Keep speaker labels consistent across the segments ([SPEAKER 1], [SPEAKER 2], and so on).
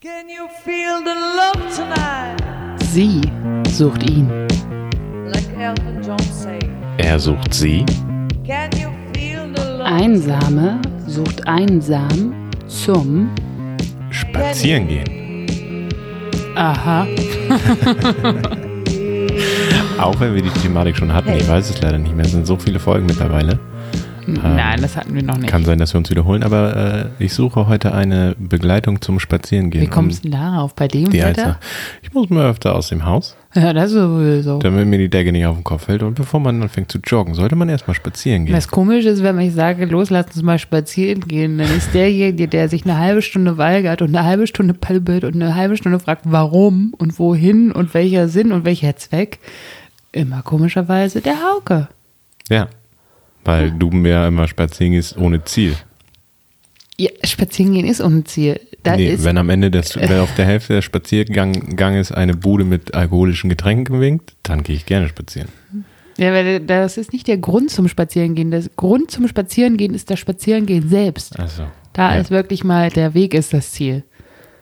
[SPEAKER 1] Can you feel the love tonight?
[SPEAKER 2] Sie sucht ihn.
[SPEAKER 1] Like Elton John say.
[SPEAKER 3] Er sucht sie.
[SPEAKER 1] Can you feel the love?
[SPEAKER 2] Einsame sucht einsam zum
[SPEAKER 3] Spazieren gehen.
[SPEAKER 2] Aha.
[SPEAKER 3] Auch wenn wir die Thematik schon hatten. Ich weiß es leider nicht mehr. Es sind so viele Folgen mittlerweile.
[SPEAKER 4] Nein, das hatten wir noch nicht.
[SPEAKER 3] Kann sein, dass wir uns wiederholen. Aber äh, ich suche heute eine Begleitung zum Spazierengehen.
[SPEAKER 4] Wie kommst du denn darauf? Bei dem
[SPEAKER 3] um die
[SPEAKER 4] Wetter?
[SPEAKER 3] Alter. Ich muss mal öfter aus dem Haus,
[SPEAKER 4] Ja, das ist sowieso.
[SPEAKER 3] damit mir die Decke nicht auf den Kopf fällt. Und bevor man anfängt zu joggen, sollte man erstmal spazieren gehen.
[SPEAKER 4] Das Komische ist, wenn ich sage, los, lass uns mal spazieren gehen, dann ist derjenige, der sich eine halbe Stunde weigert und eine halbe Stunde palpelt und eine halbe Stunde fragt, warum und wohin und welcher Sinn und welcher Zweck, immer komischerweise der Hauke.
[SPEAKER 3] Ja. Weil du mir immer spazieren gehst ohne Ziel.
[SPEAKER 4] Ja, spazieren gehen ist ohne Ziel. Da
[SPEAKER 3] nee,
[SPEAKER 4] ist
[SPEAKER 3] wenn am Ende des, wenn auf der Hälfte des Spazierganges eine Bude mit alkoholischen Getränken winkt, dann gehe ich gerne spazieren.
[SPEAKER 4] Ja, weil das ist nicht der Grund zum Spazierengehen. Der Grund zum Spazierengehen ist das Spazierengehen selbst.
[SPEAKER 3] Also.
[SPEAKER 4] Da
[SPEAKER 3] ja.
[SPEAKER 4] ist wirklich mal der Weg ist das Ziel.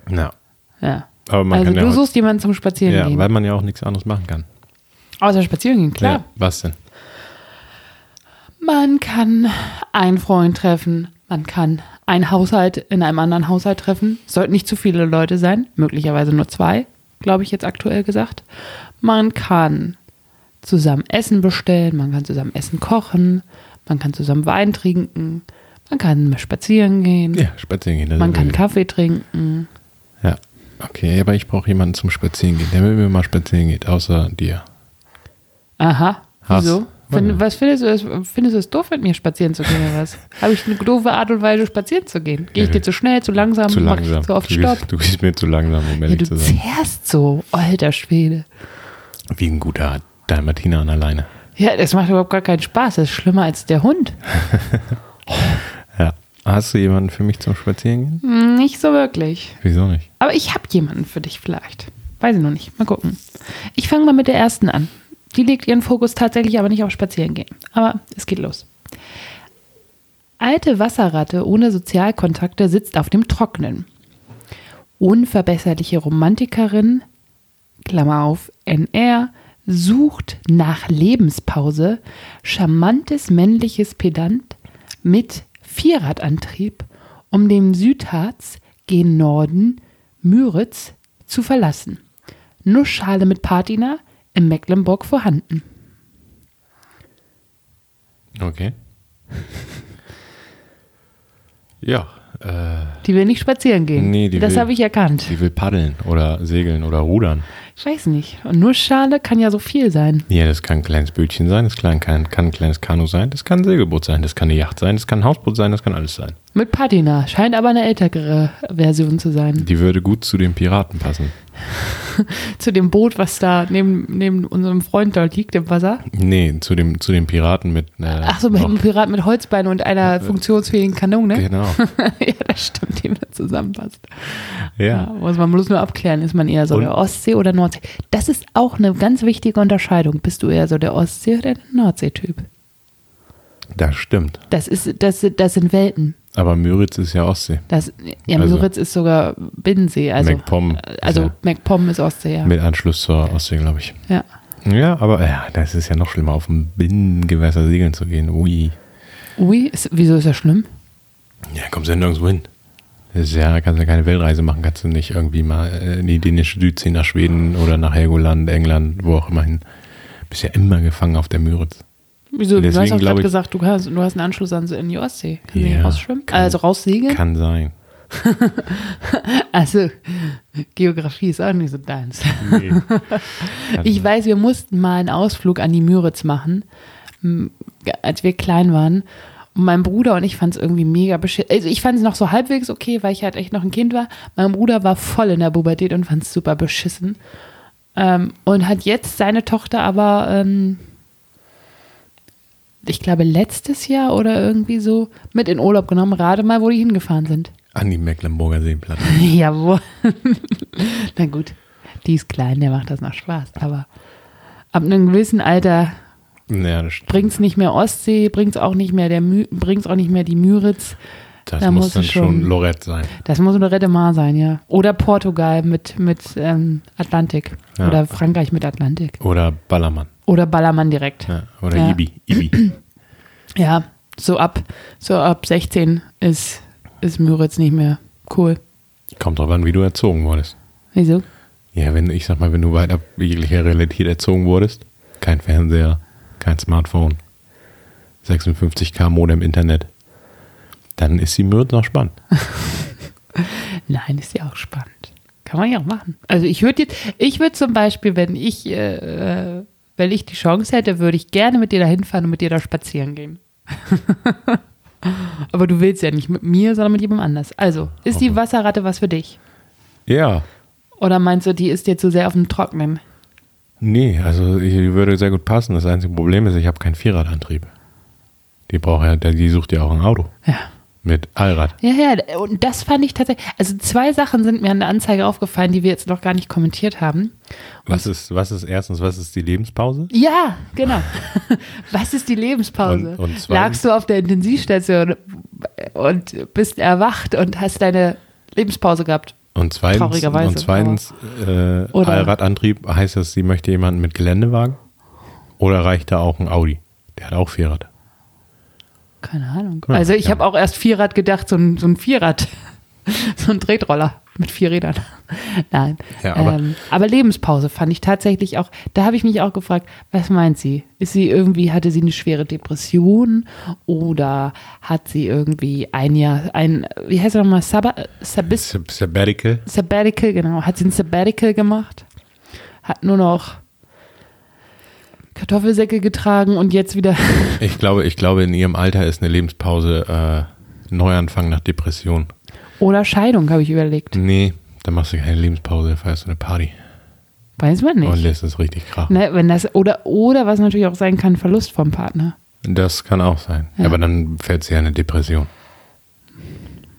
[SPEAKER 3] Na,
[SPEAKER 4] Ja.
[SPEAKER 3] aber man
[SPEAKER 4] also
[SPEAKER 3] kann
[SPEAKER 4] du
[SPEAKER 3] ja auch-
[SPEAKER 4] suchst jemanden zum Spazierengehen.
[SPEAKER 3] Ja, weil man ja auch nichts anderes machen kann.
[SPEAKER 4] Außer Spazierengehen, klar.
[SPEAKER 3] Ja, was denn?
[SPEAKER 4] Man kann einen Freund treffen, man kann einen Haushalt in einem anderen Haushalt treffen. Sollten nicht zu viele Leute sein, möglicherweise nur zwei, glaube ich jetzt aktuell gesagt. Man kann zusammen Essen bestellen, man kann zusammen Essen kochen, man kann zusammen Wein trinken, man kann spazieren gehen,
[SPEAKER 3] Ja, spazieren gehen. das
[SPEAKER 4] man
[SPEAKER 3] ist
[SPEAKER 4] kann
[SPEAKER 3] wirklich-
[SPEAKER 4] Kaffee trinken.
[SPEAKER 3] Ja, okay, aber ich brauche jemanden zum Spazieren gehen, der mit mir mal spazieren geht, außer dir.
[SPEAKER 4] Aha.
[SPEAKER 3] Hass.
[SPEAKER 4] Wieso? Find, was findest du, es- findest du es doof, mit mir spazieren zu gehen oder was? Habe ich eine doofe Art und Weise, spazieren zu gehen? Gehe ich dir zu schnell, zu langsam,
[SPEAKER 3] Zu
[SPEAKER 4] mach ich
[SPEAKER 3] langsam.
[SPEAKER 4] zu oft
[SPEAKER 3] du,
[SPEAKER 4] Stopp?
[SPEAKER 3] gehst- du gehst mir zu langsam, um
[SPEAKER 4] Ja,
[SPEAKER 3] ehrlich zu
[SPEAKER 4] du
[SPEAKER 3] sein.
[SPEAKER 4] zehrst so, alter Schwede.
[SPEAKER 3] Wie ein guter Dalmatiner an alleine.
[SPEAKER 4] Ja, das macht überhaupt gar keinen Spaß. Das ist schlimmer als der Hund.
[SPEAKER 3] Ja. Hast du jemanden für mich zum Spazieren gehen?
[SPEAKER 4] Hm, Nicht so wirklich.
[SPEAKER 3] Wieso nicht?
[SPEAKER 4] Aber ich habe jemanden für dich vielleicht. Weiß ich noch nicht. Mal gucken. Ich fange mal mit der ersten an. Die legt ihren Fokus tatsächlich aber nicht auf Spazierengehen. Aber es geht los. Alte Wasserratte ohne Sozialkontakte sitzt auf dem Trocknen. Unverbesserliche Romantikerin, Klammer auf, NR, sucht nach Lebenspause charmantes männliches Pedant mit Vierradantrieb, um den Südharz gen Norden Müritz zu verlassen. Nussschale mit Patina in Mecklenburg vorhanden.
[SPEAKER 3] Okay. ja, äh,
[SPEAKER 4] Die will nicht spazieren gehen.
[SPEAKER 3] Nee, die
[SPEAKER 4] das
[SPEAKER 3] will-
[SPEAKER 4] habe ich erkannt.
[SPEAKER 3] die will paddeln oder segeln oder rudern.
[SPEAKER 4] Ich weiß nicht. Und Nussschale kann ja so viel sein.
[SPEAKER 3] Ja, das kann ein kleines Bötchen sein, das kann, kann, kann ein kleines Kanu sein, das kann ein Segelboot sein, das kann eine Yacht sein, das kann ein Hausboot sein, das kann alles sein.
[SPEAKER 4] Mit Patina. Scheint aber eine ältere Version zu sein.
[SPEAKER 3] Die würde gut zu den Piraten passen. Mhm.
[SPEAKER 4] zu dem Boot, was da neben, neben unserem Freund dort liegt im Wasser.
[SPEAKER 3] Nee, zu, dem, zu den Piraten mit. Äh,
[SPEAKER 4] Ach so, mit
[SPEAKER 3] noch-
[SPEAKER 4] einem Pirat mit Holzbein und einer funktionsfähigen Kanone, ne?
[SPEAKER 3] Genau.
[SPEAKER 4] ja, das stimmt, dem das zusammenpasst. Ja,
[SPEAKER 3] Ja.
[SPEAKER 4] muss man bloß nur abklären, ist man eher so
[SPEAKER 3] Und-
[SPEAKER 4] der Ostsee oder Nordsee. Das ist auch eine ganz wichtige Unterscheidung. Bist du eher so der Ostsee oder der Nordsee-Typ?
[SPEAKER 3] Das stimmt.
[SPEAKER 4] Das, ist, das, sind- das sind Welten.
[SPEAKER 3] Aber Müritz ist ja Ostsee.
[SPEAKER 4] Das, ja,
[SPEAKER 3] Also-
[SPEAKER 4] Müritz ist sogar Binnensee. Also,
[SPEAKER 3] MacPom.
[SPEAKER 4] Also,
[SPEAKER 3] Ja.
[SPEAKER 4] MacPom ist Ostsee, ja.
[SPEAKER 3] Mit Anschluss zur Ostsee, glaube ich.
[SPEAKER 4] ja.
[SPEAKER 3] Ja, aber ja, das ist ja noch schlimmer, auf dem Binnengewässer segeln zu gehen. Ui.
[SPEAKER 4] Ui, ist, wieso ist das schlimm?
[SPEAKER 3] Ja, kommst du ja nirgendwo hin. Das ist ja, kannst ja keine Weltreise machen, kannst du nicht irgendwie mal äh, in die dänische Südsee nach Schweden oder nach Helgoland, England, wo auch immer hin. Bist ja immer gefangen auf der Müritz.
[SPEAKER 4] Wieso? du hast
[SPEAKER 3] Deswegen
[SPEAKER 4] doch
[SPEAKER 3] glaub
[SPEAKER 4] gerade
[SPEAKER 3] ich-
[SPEAKER 4] gesagt, du hast, du hast einen Anschluss an in die Ostsee. Kannst du
[SPEAKER 3] Ja,
[SPEAKER 4] nicht rausschwimmen?
[SPEAKER 3] kann-
[SPEAKER 4] also raussegeln?
[SPEAKER 3] Kann sein.
[SPEAKER 4] Also, Geografie ist auch nicht so deins.
[SPEAKER 3] ne.
[SPEAKER 4] Ich weiß, wir mussten mal einen Ausflug an die Müritz machen, m, als wir klein waren. Und mein Bruder und ich fand es irgendwie mega beschissen. Also ich fand es noch so halbwegs okay, weil ich halt echt noch ein Kind war. Mein Bruder war voll in der Pubertät und fand es super beschissen. Ähm, und hat jetzt seine Tochter aber, ähm, ich glaube, letztes Jahr oder irgendwie so mit in Urlaub genommen. Rate mal, wo die hingefahren sind.
[SPEAKER 3] An die Mecklenburger Seenplatte.
[SPEAKER 4] Jawohl. Na gut, die ist klein, der macht das noch Spaß. Aber ab einem gewissen Alter
[SPEAKER 3] Ja, das stimmt.
[SPEAKER 4] bringt's nicht mehr Ostsee, bringt's auch nicht mehr der Mü bringt's auch nicht mehr die Müritz.
[SPEAKER 3] Das
[SPEAKER 4] Da
[SPEAKER 3] muss
[SPEAKER 4] muss
[SPEAKER 3] dann
[SPEAKER 4] es
[SPEAKER 3] schon
[SPEAKER 4] schon-
[SPEAKER 3] Lorette sein.
[SPEAKER 4] Das muss eine Rette Mar sein, ja. Oder Portugal mit, mit ähm, Atlantik.
[SPEAKER 3] Ja.
[SPEAKER 4] Oder Frankreich mit Atlantik.
[SPEAKER 3] Oder Ballermann.
[SPEAKER 4] Oder Ballermann direkt. Ja,
[SPEAKER 3] Ja. Oder
[SPEAKER 4] Ja.
[SPEAKER 3] Ibi. Ibi.
[SPEAKER 4] so, ab, so ab 16 ist, ist Müritz nicht mehr cool.
[SPEAKER 3] Kommt drauf an, wie du erzogen wurdest.
[SPEAKER 4] Wieso?
[SPEAKER 3] Ja, wenn ich sag mal, wenn du weit ab jeglicher Realität erzogen wurdest, kein Fernseher, kein Smartphone, 56k Modem im Internet, dann ist die Mürz noch spannend.
[SPEAKER 4] Nein, ist ja auch spannend. Kann man ja auch machen. Also ich würde jetzt, ich würde zum Beispiel, wenn ich, äh, äh, wenn ich die Chance hätte, würde ich gerne mit dir da hinfahren und mit dir da spazieren gehen. Aber du willst ja nicht mit mir, sondern mit jemandem anders. Also, ist die Wasserratte was für dich?
[SPEAKER 3] Ja,
[SPEAKER 4] Oder meinst du, die ist dir zu sehr auf dem Trocknen?
[SPEAKER 3] nee, also ich die würde sehr gut passen. Das einzige Problem ist, ich habe keinen Vierradantrieb. Die braucht ja, die sucht ja auch ein Auto
[SPEAKER 4] Ja.
[SPEAKER 3] mit Allrad.
[SPEAKER 4] Ja, ja, und das fand ich tatsächlich. Also zwei Sachen sind mir an der Anzeige aufgefallen, die wir jetzt noch gar nicht kommentiert haben.
[SPEAKER 3] Was ist, was ist erstens, was ist die Lebenspause?
[SPEAKER 4] Ja, genau. Was ist die Lebenspause?
[SPEAKER 3] Und- und zweitens-
[SPEAKER 4] Lagst du auf der Intensivstation und bist erwacht und hast deine Lebenspause gehabt?
[SPEAKER 3] Und zweitens,
[SPEAKER 4] Traurigerweise,
[SPEAKER 3] und zweitens äh,
[SPEAKER 4] Oder-
[SPEAKER 3] Allradantrieb heißt das, sie möchte jemanden mit Geländewagen? Oder reicht da auch ein Audi? Der hat auch Vierrad.
[SPEAKER 4] Keine Ahnung.
[SPEAKER 3] Ja,
[SPEAKER 4] also ich
[SPEAKER 3] ja.
[SPEAKER 4] habe auch erst Vierrad gedacht, so ein, so ein Vierrad, so ein Tretroller mit vier Rädern. Nein.
[SPEAKER 3] Ja, aber-
[SPEAKER 4] ähm, aber Lebenspause fand ich tatsächlich auch, da habe ich mich auch gefragt, was meint sie? Ist sie irgendwie, hatte sie eine schwere Depression oder hat sie irgendwie ein Jahr, ein, wie heißt das nochmal, Sabba, Sabbis,
[SPEAKER 3] Sab- Sabbatical.
[SPEAKER 4] Sabbatical, genau. Hat sie ein Sabbatical gemacht, hat nur noch Kartoffelsäcke getragen und jetzt wieder.
[SPEAKER 3] Ich glaube, ich glaube, in ihrem Alter ist eine Lebenspause äh, Neuanfang nach Depression.
[SPEAKER 4] Oder Scheidung, habe ich überlegt.
[SPEAKER 3] Nee, da machst du keine Lebenspause, da feierst du eine Party
[SPEAKER 4] Weiß man
[SPEAKER 3] und
[SPEAKER 4] nicht.
[SPEAKER 3] lässt es richtig krachen.
[SPEAKER 4] Ne, wenn das, oder, oder was natürlich auch sein kann, Verlust vom Partner.
[SPEAKER 3] Das kann auch sein.
[SPEAKER 4] Ja.
[SPEAKER 3] Aber dann fällt sie ja in eine Depression.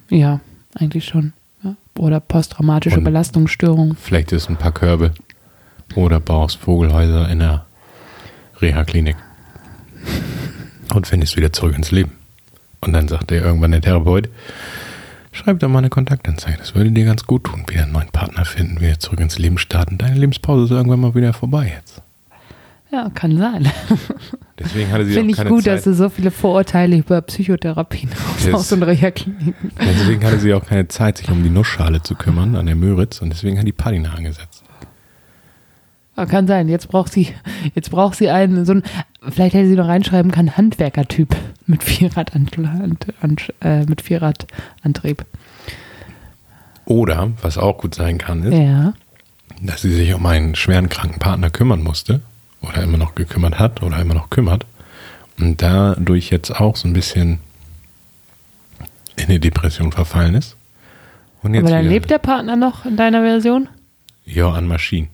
[SPEAKER 4] Ja, eigentlich schon. Ja. Oder posttraumatische
[SPEAKER 3] Und-
[SPEAKER 4] Belastungsstörung.
[SPEAKER 3] Vielleicht ist ein paar Körbe oder brauchst Vogelhäuser in der Reha-Klinik und findest wieder zurück ins Leben. Und dann sagt dir irgendwann der Therapeut, schreib doch mal eine Kontaktanzeige, das würde dir ganz gut tun, wieder einen neuen Partner finden, wieder zurück ins Leben starten. Deine Lebenspause ist irgendwann mal wieder vorbei jetzt.
[SPEAKER 4] Ja, kann sein.
[SPEAKER 3] Deswegen hatte sie
[SPEAKER 4] Finde
[SPEAKER 3] auch
[SPEAKER 4] ich
[SPEAKER 3] keine
[SPEAKER 4] gut, dass
[SPEAKER 3] Zeit.
[SPEAKER 4] du so viele Vorurteile über Psychotherapien raus und Reha-Kliniken.
[SPEAKER 3] Deswegen hatte sie auch keine Zeit, sich um die Nussschale zu kümmern an der Müritz und deswegen hat die Party nach angesetzt.
[SPEAKER 4] Ja, Ah, kann sein. Jetzt braucht sie, jetzt braucht sie einen, so einen, vielleicht hätte sie noch reinschreiben können, Handwerkertyp mit Vierradantrieb. Äh, mit Vierradantrieb.
[SPEAKER 3] Oder, was auch gut sein kann, ist,
[SPEAKER 4] Ja.
[SPEAKER 3] dass sie sich um einen schweren kranken Partner kümmern musste oder immer noch gekümmert hat oder immer noch kümmert und dadurch jetzt auch so ein bisschen in eine Depression verfallen ist. Und jetzt
[SPEAKER 4] Aber dann
[SPEAKER 3] wieder-
[SPEAKER 4] lebt der Partner noch in deiner Version?
[SPEAKER 3] ja an Maschinen.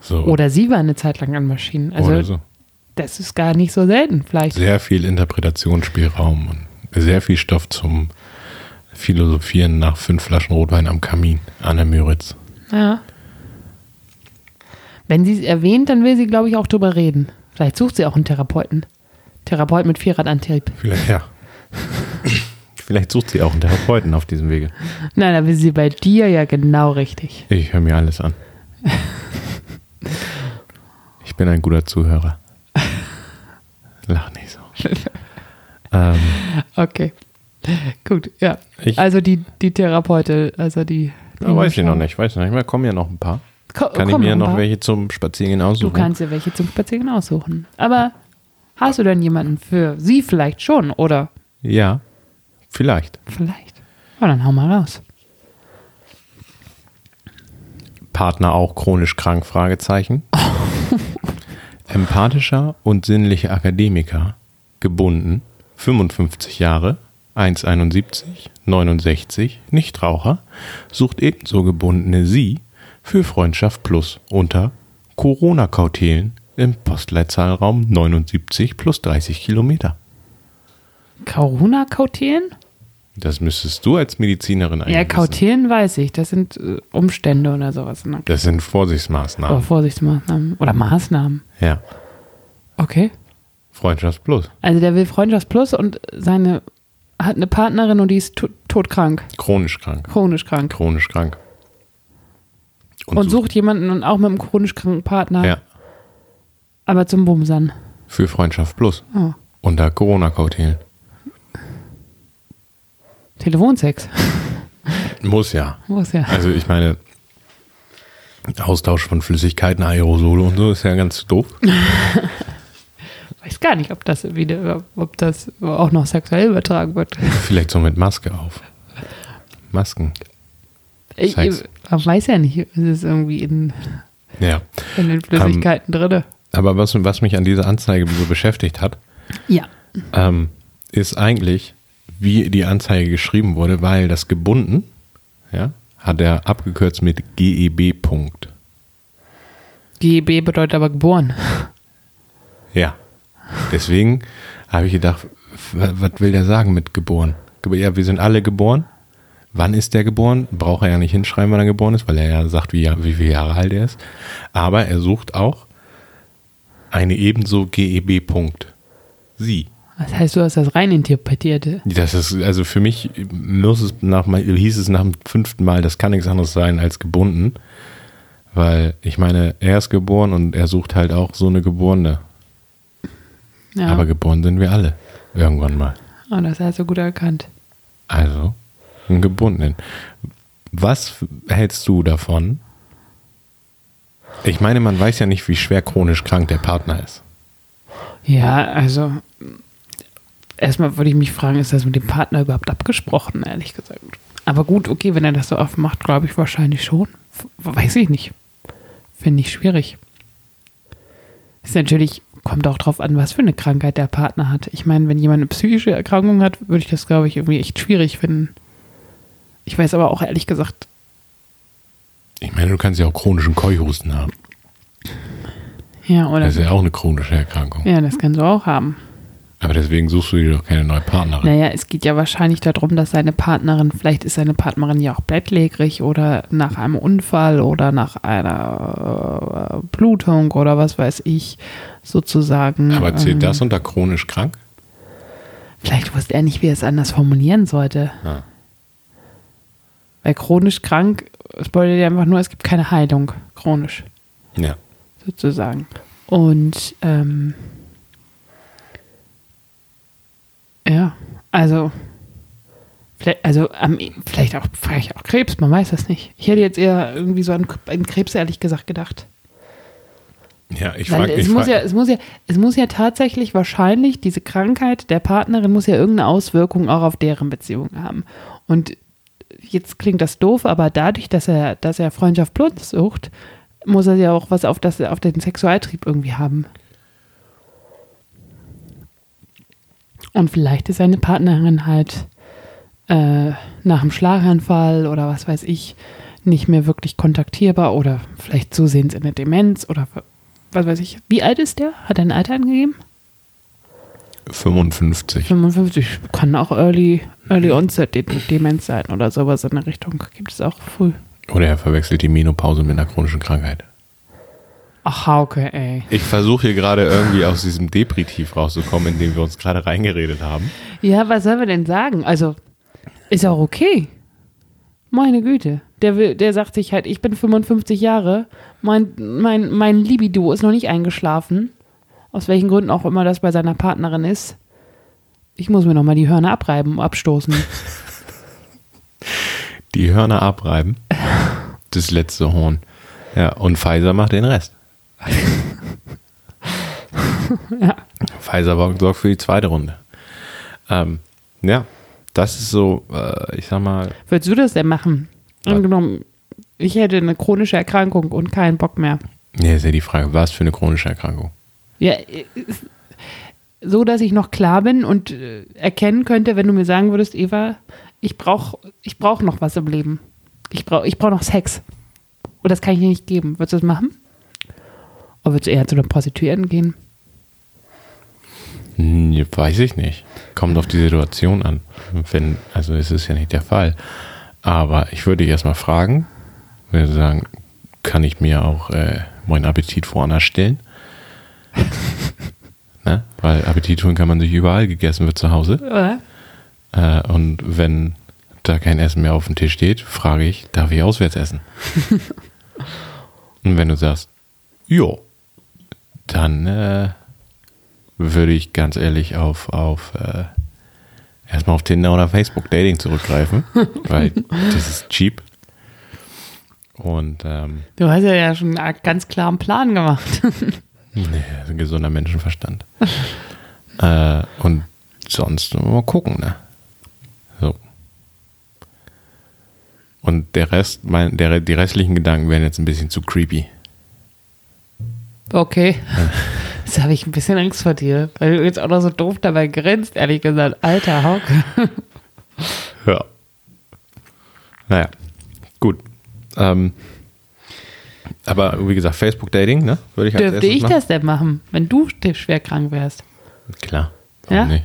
[SPEAKER 3] So,
[SPEAKER 4] Hm. Oder sie war eine Zeit lang an Maschinen. Also
[SPEAKER 3] oder so.
[SPEAKER 4] das ist gar nicht so selten vielleicht.
[SPEAKER 3] Sehr viel Interpretationsspielraum und sehr viel Stoff zum Philosophieren nach fünf Flaschen Rotwein am Kamin an der Müritz.
[SPEAKER 4] Ja. Wenn sie es erwähnt, dann will sie, glaube ich, auch drüber reden. Vielleicht sucht sie auch einen Therapeuten. Therapeut mit Vierradantrieb.
[SPEAKER 3] Vielleicht, ja. Vielleicht sucht sie auch einen Therapeuten auf diesem Wege.
[SPEAKER 4] Nein, da will sie bei dir ja genau richtig.
[SPEAKER 3] Ich höre mir alles an. Ich bin ein guter Zuhörer. Lach nicht so. ähm,
[SPEAKER 4] Okay. Gut, ja.
[SPEAKER 3] Ich-
[SPEAKER 4] also die, die Therapeute, also die. die
[SPEAKER 3] na, weiß ich noch nicht. Weiß ich noch nicht mehr. Kommen ja noch ein paar.
[SPEAKER 4] Ko-
[SPEAKER 3] Kann ich
[SPEAKER 4] kommen
[SPEAKER 3] mir
[SPEAKER 4] ein
[SPEAKER 3] noch
[SPEAKER 4] paar.
[SPEAKER 3] welche zum Spazierengehen
[SPEAKER 4] Du
[SPEAKER 3] aussuchen?
[SPEAKER 4] kannst dir welche zum Spaziergang aussuchen. Aber hast du denn jemanden für sie vielleicht schon oder
[SPEAKER 3] Ja, vielleicht.
[SPEAKER 4] vielleicht? Oh, dann hau mal raus.
[SPEAKER 3] Partner auch chronisch krank? Fragezeichen. Empathischer und sinnlicher Akademiker, gebunden, 55 Jahre, 1,71, 69, Nichtraucher, sucht ebenso gebundene Sie für Freundschaft Plus unter Corona-Kautelen im Postleitzahlraum 79 plus 30 Kilometer.
[SPEAKER 4] Corona-Kautelen?
[SPEAKER 3] Das müsstest du als Medizinerin eigentlich
[SPEAKER 4] Ja,
[SPEAKER 3] wissen.
[SPEAKER 4] Kautelen weiß ich. Das sind äh, Umstände oder sowas. Ne?
[SPEAKER 3] Das sind
[SPEAKER 4] Oder
[SPEAKER 3] Vorsichtsmaßnahmen.
[SPEAKER 4] Vorsichtsmaßnahmen. Oder Maßnahmen.
[SPEAKER 3] Ja,
[SPEAKER 4] Okay.
[SPEAKER 3] Freundschaft Plus.
[SPEAKER 4] Also der will Freundschaft Plus und seine hat eine Partnerin und die ist to todkrank,
[SPEAKER 3] Chronisch krank.
[SPEAKER 4] chronisch krank.
[SPEAKER 3] Chronisch krank.
[SPEAKER 4] Und, sucht jemanden und auch mit einem chronisch kranken Partner,
[SPEAKER 3] Ja,
[SPEAKER 4] aber zum Bumsern.
[SPEAKER 3] für Freundschaft Plus.
[SPEAKER 4] Oh.
[SPEAKER 3] Unter Corona-Kautel.
[SPEAKER 4] Telefonsex.
[SPEAKER 3] Muss ja.
[SPEAKER 4] Muss ja.
[SPEAKER 3] Also ich meine, Austausch von Flüssigkeiten, Aerosole und so ist ja ganz doof.
[SPEAKER 4] Weiß gar nicht, ob das wieder, ob das auch noch sexuell übertragen wird.
[SPEAKER 3] Vielleicht so mit Maske auf. Masken.
[SPEAKER 4] Ich,
[SPEAKER 3] Sex.
[SPEAKER 4] man weiß ja nicht, es ist irgendwie in,
[SPEAKER 3] Ja.
[SPEAKER 4] in den Flüssigkeiten drin.
[SPEAKER 3] Aber was, was mich an dieser Anzeige so beschäftigt hat,
[SPEAKER 4] Ja.
[SPEAKER 3] ähm, ist eigentlich, wie die Anzeige geschrieben wurde, weil das gebunden, ja, hat er abgekürzt mit GEB. Punkt.
[SPEAKER 4] GB bedeutet aber geboren.
[SPEAKER 3] Ja. Deswegen habe ich gedacht, w- was will der sagen mit geboren? Ge- Ja, wir sind alle geboren. Wann ist der geboren? Braucht er ja nicht hinschreiben, wann er geboren ist, weil er ja sagt, wie, ja- wie viele Jahre alt er ist. Aber er sucht auch eine ebenso GEB. Punkt. Sie.
[SPEAKER 4] Das heißt, du hast das rein interpretiert.
[SPEAKER 3] Das ist, also für mich muss es nach, mein- hieß es nach dem fünften Mal, das kann nichts anderes sein als gebunden. Weil ich meine, er ist geboren und er sucht halt auch so eine Geborene.
[SPEAKER 4] Ja.
[SPEAKER 3] Aber geboren sind wir alle. Irgendwann mal.
[SPEAKER 4] oh, das hast du gut erkannt.
[SPEAKER 3] Also, einen gebundenen. Was f- hältst du davon? Ich meine, man weiß ja nicht, wie schwer chronisch krank der Partner ist.
[SPEAKER 4] Ja, also erstmal würde ich mich fragen, ist das mit dem Partner überhaupt abgesprochen, ehrlich gesagt. Aber gut, okay, wenn er das so oft macht, glaube ich wahrscheinlich schon. F- Weiß ich nicht. Finde ich schwierig. Ist natürlich, kommt auch drauf an, was für eine Krankheit der Partner hat. Ich meine, wenn jemand eine psychische Erkrankung hat, würde ich das, glaube ich, irgendwie echt schwierig finden. Ich weiß aber auch ehrlich gesagt,
[SPEAKER 3] Ich meine, du kannst ja auch chronischen Keuchhusten haben.
[SPEAKER 4] ja, oder?
[SPEAKER 3] Das ist ja auch eine chronische Erkrankung.
[SPEAKER 4] ja, das kannst du auch haben.
[SPEAKER 3] Aber deswegen suchst du dir doch keine neue Partnerin.
[SPEAKER 4] Naja, es geht ja wahrscheinlich darum, dass seine Partnerin, vielleicht ist seine Partnerin ja auch bettlägerig oder nach einem Unfall oder nach einer äh, Blutung oder was weiß ich, sozusagen.
[SPEAKER 3] Aber zählt
[SPEAKER 4] ähm,
[SPEAKER 3] das unter chronisch krank?
[SPEAKER 4] Vielleicht wusste er nicht, wie er es anders formulieren sollte.
[SPEAKER 3] Ja.
[SPEAKER 4] Weil chronisch krank es bedeutet ja einfach nur, es gibt keine Heilung, chronisch
[SPEAKER 3] Ja.
[SPEAKER 4] sozusagen. Und ähm, ja, also vielleicht, also am, vielleicht auch vielleicht auch Krebs, man weiß das nicht. Ich hätte jetzt eher irgendwie so an, an Krebs ehrlich gesagt gedacht.
[SPEAKER 3] Ja, ich
[SPEAKER 4] Weil
[SPEAKER 3] frage
[SPEAKER 4] es muss ja, es muss ja, es muss ja tatsächlich wahrscheinlich diese Krankheit der Partnerin muss ja irgendeine Auswirkung auch auf deren Beziehung haben. Und jetzt klingt das doof, aber dadurch, dass er, dass er Freundschaft plus sucht, muss er ja auch was auf das, auf den Sexualtrieb irgendwie haben. Und vielleicht ist seine Partnerin halt äh, nach einem Schlaganfall oder was weiß ich nicht mehr wirklich kontaktierbar oder vielleicht zusehends in der Demenz oder was weiß ich. Wie alt ist der? Hat er ein Alter angegeben?
[SPEAKER 3] 55.
[SPEAKER 4] 55. Kann auch Early, early Onset De Demenz sein oder sowas in der Richtung. Gibt es auch früh.
[SPEAKER 3] Oder er verwechselt die Menopause mit einer chronischen Krankheit.
[SPEAKER 4] Ach, Hauke, ey.
[SPEAKER 3] Ich versuche hier gerade irgendwie aus diesem Depritiv rauszukommen, in dem wir uns gerade reingeredet haben.
[SPEAKER 4] Ja, was sollen wir denn sagen? Also, ist auch okay. Meine Güte. Der, will, der sagt sich halt, ich bin 55 Jahre, mein, mein, mein Libido ist noch nicht eingeschlafen. Aus welchen Gründen auch immer das bei seiner Partnerin ist. Ich muss mir nochmal die Hörner abreiben, abstoßen.
[SPEAKER 3] Die Hörner abreiben. Das letzte Horn. Ja, und Pfizer macht den Rest. Pfizer war- sorgt für die zweite Runde. Ähm, ja, das ist so, äh, ich sag mal,
[SPEAKER 4] Würdest du das denn machen? Angenommen, ich hätte eine chronische Erkrankung und keinen Bock mehr.
[SPEAKER 3] nee, ist ja die Frage, was für eine chronische Erkrankung?
[SPEAKER 4] Ja, ist- so dass ich noch klar bin und äh, erkennen könnte, wenn du mir sagen würdest, Eva, ich brauche ich brauch noch was im Leben. Ich brauche ich brauch noch Sex. Und das kann ich dir nicht geben. Würdest du das machen? Oder würdest du eher zu einer Prostituierten gehen?
[SPEAKER 3] Hm, weiß ich nicht. Kommt auf die Situation an. Wenn, also es ist ja nicht der Fall. Aber ich würde dich erstmal fragen, würde sagen, kann ich mir auch äh, meinen Appetit woanders stellen? ne? Weil Appetit tun kann man sich überall gegessen wird zu Hause.
[SPEAKER 4] Oder?
[SPEAKER 3] Äh, und wenn da kein Essen mehr auf dem Tisch steht, frage ich, darf ich auswärts essen? und wenn du sagst, jo, dann äh, würde ich ganz ehrlich auf, auf äh, erstmal auf Tinder oder Facebook Dating zurückgreifen, weil das ist cheap. Und ähm,
[SPEAKER 4] Du hast ja, ja schon einen ganz klaren Plan gemacht.
[SPEAKER 3] Nee, das ist ein gesunder Menschenverstand. äh, und sonst mal gucken, ne? So. Und der Rest, mein, der, die restlichen Gedanken werden jetzt ein bisschen zu creepy.
[SPEAKER 4] Okay. Jetzt habe ich ein bisschen Angst vor dir, weil du jetzt auch noch so doof dabei grinst, ehrlich gesagt. Alter Hauke.
[SPEAKER 3] Ja. Naja, gut. Ähm, aber wie gesagt, Facebook-Dating, ne? Würde ich als
[SPEAKER 4] Dürfte
[SPEAKER 3] erstes
[SPEAKER 4] ich
[SPEAKER 3] machen.
[SPEAKER 4] das denn machen, wenn du schwer krank wärst?
[SPEAKER 3] Klar.
[SPEAKER 4] Ja?
[SPEAKER 3] warum Nicht.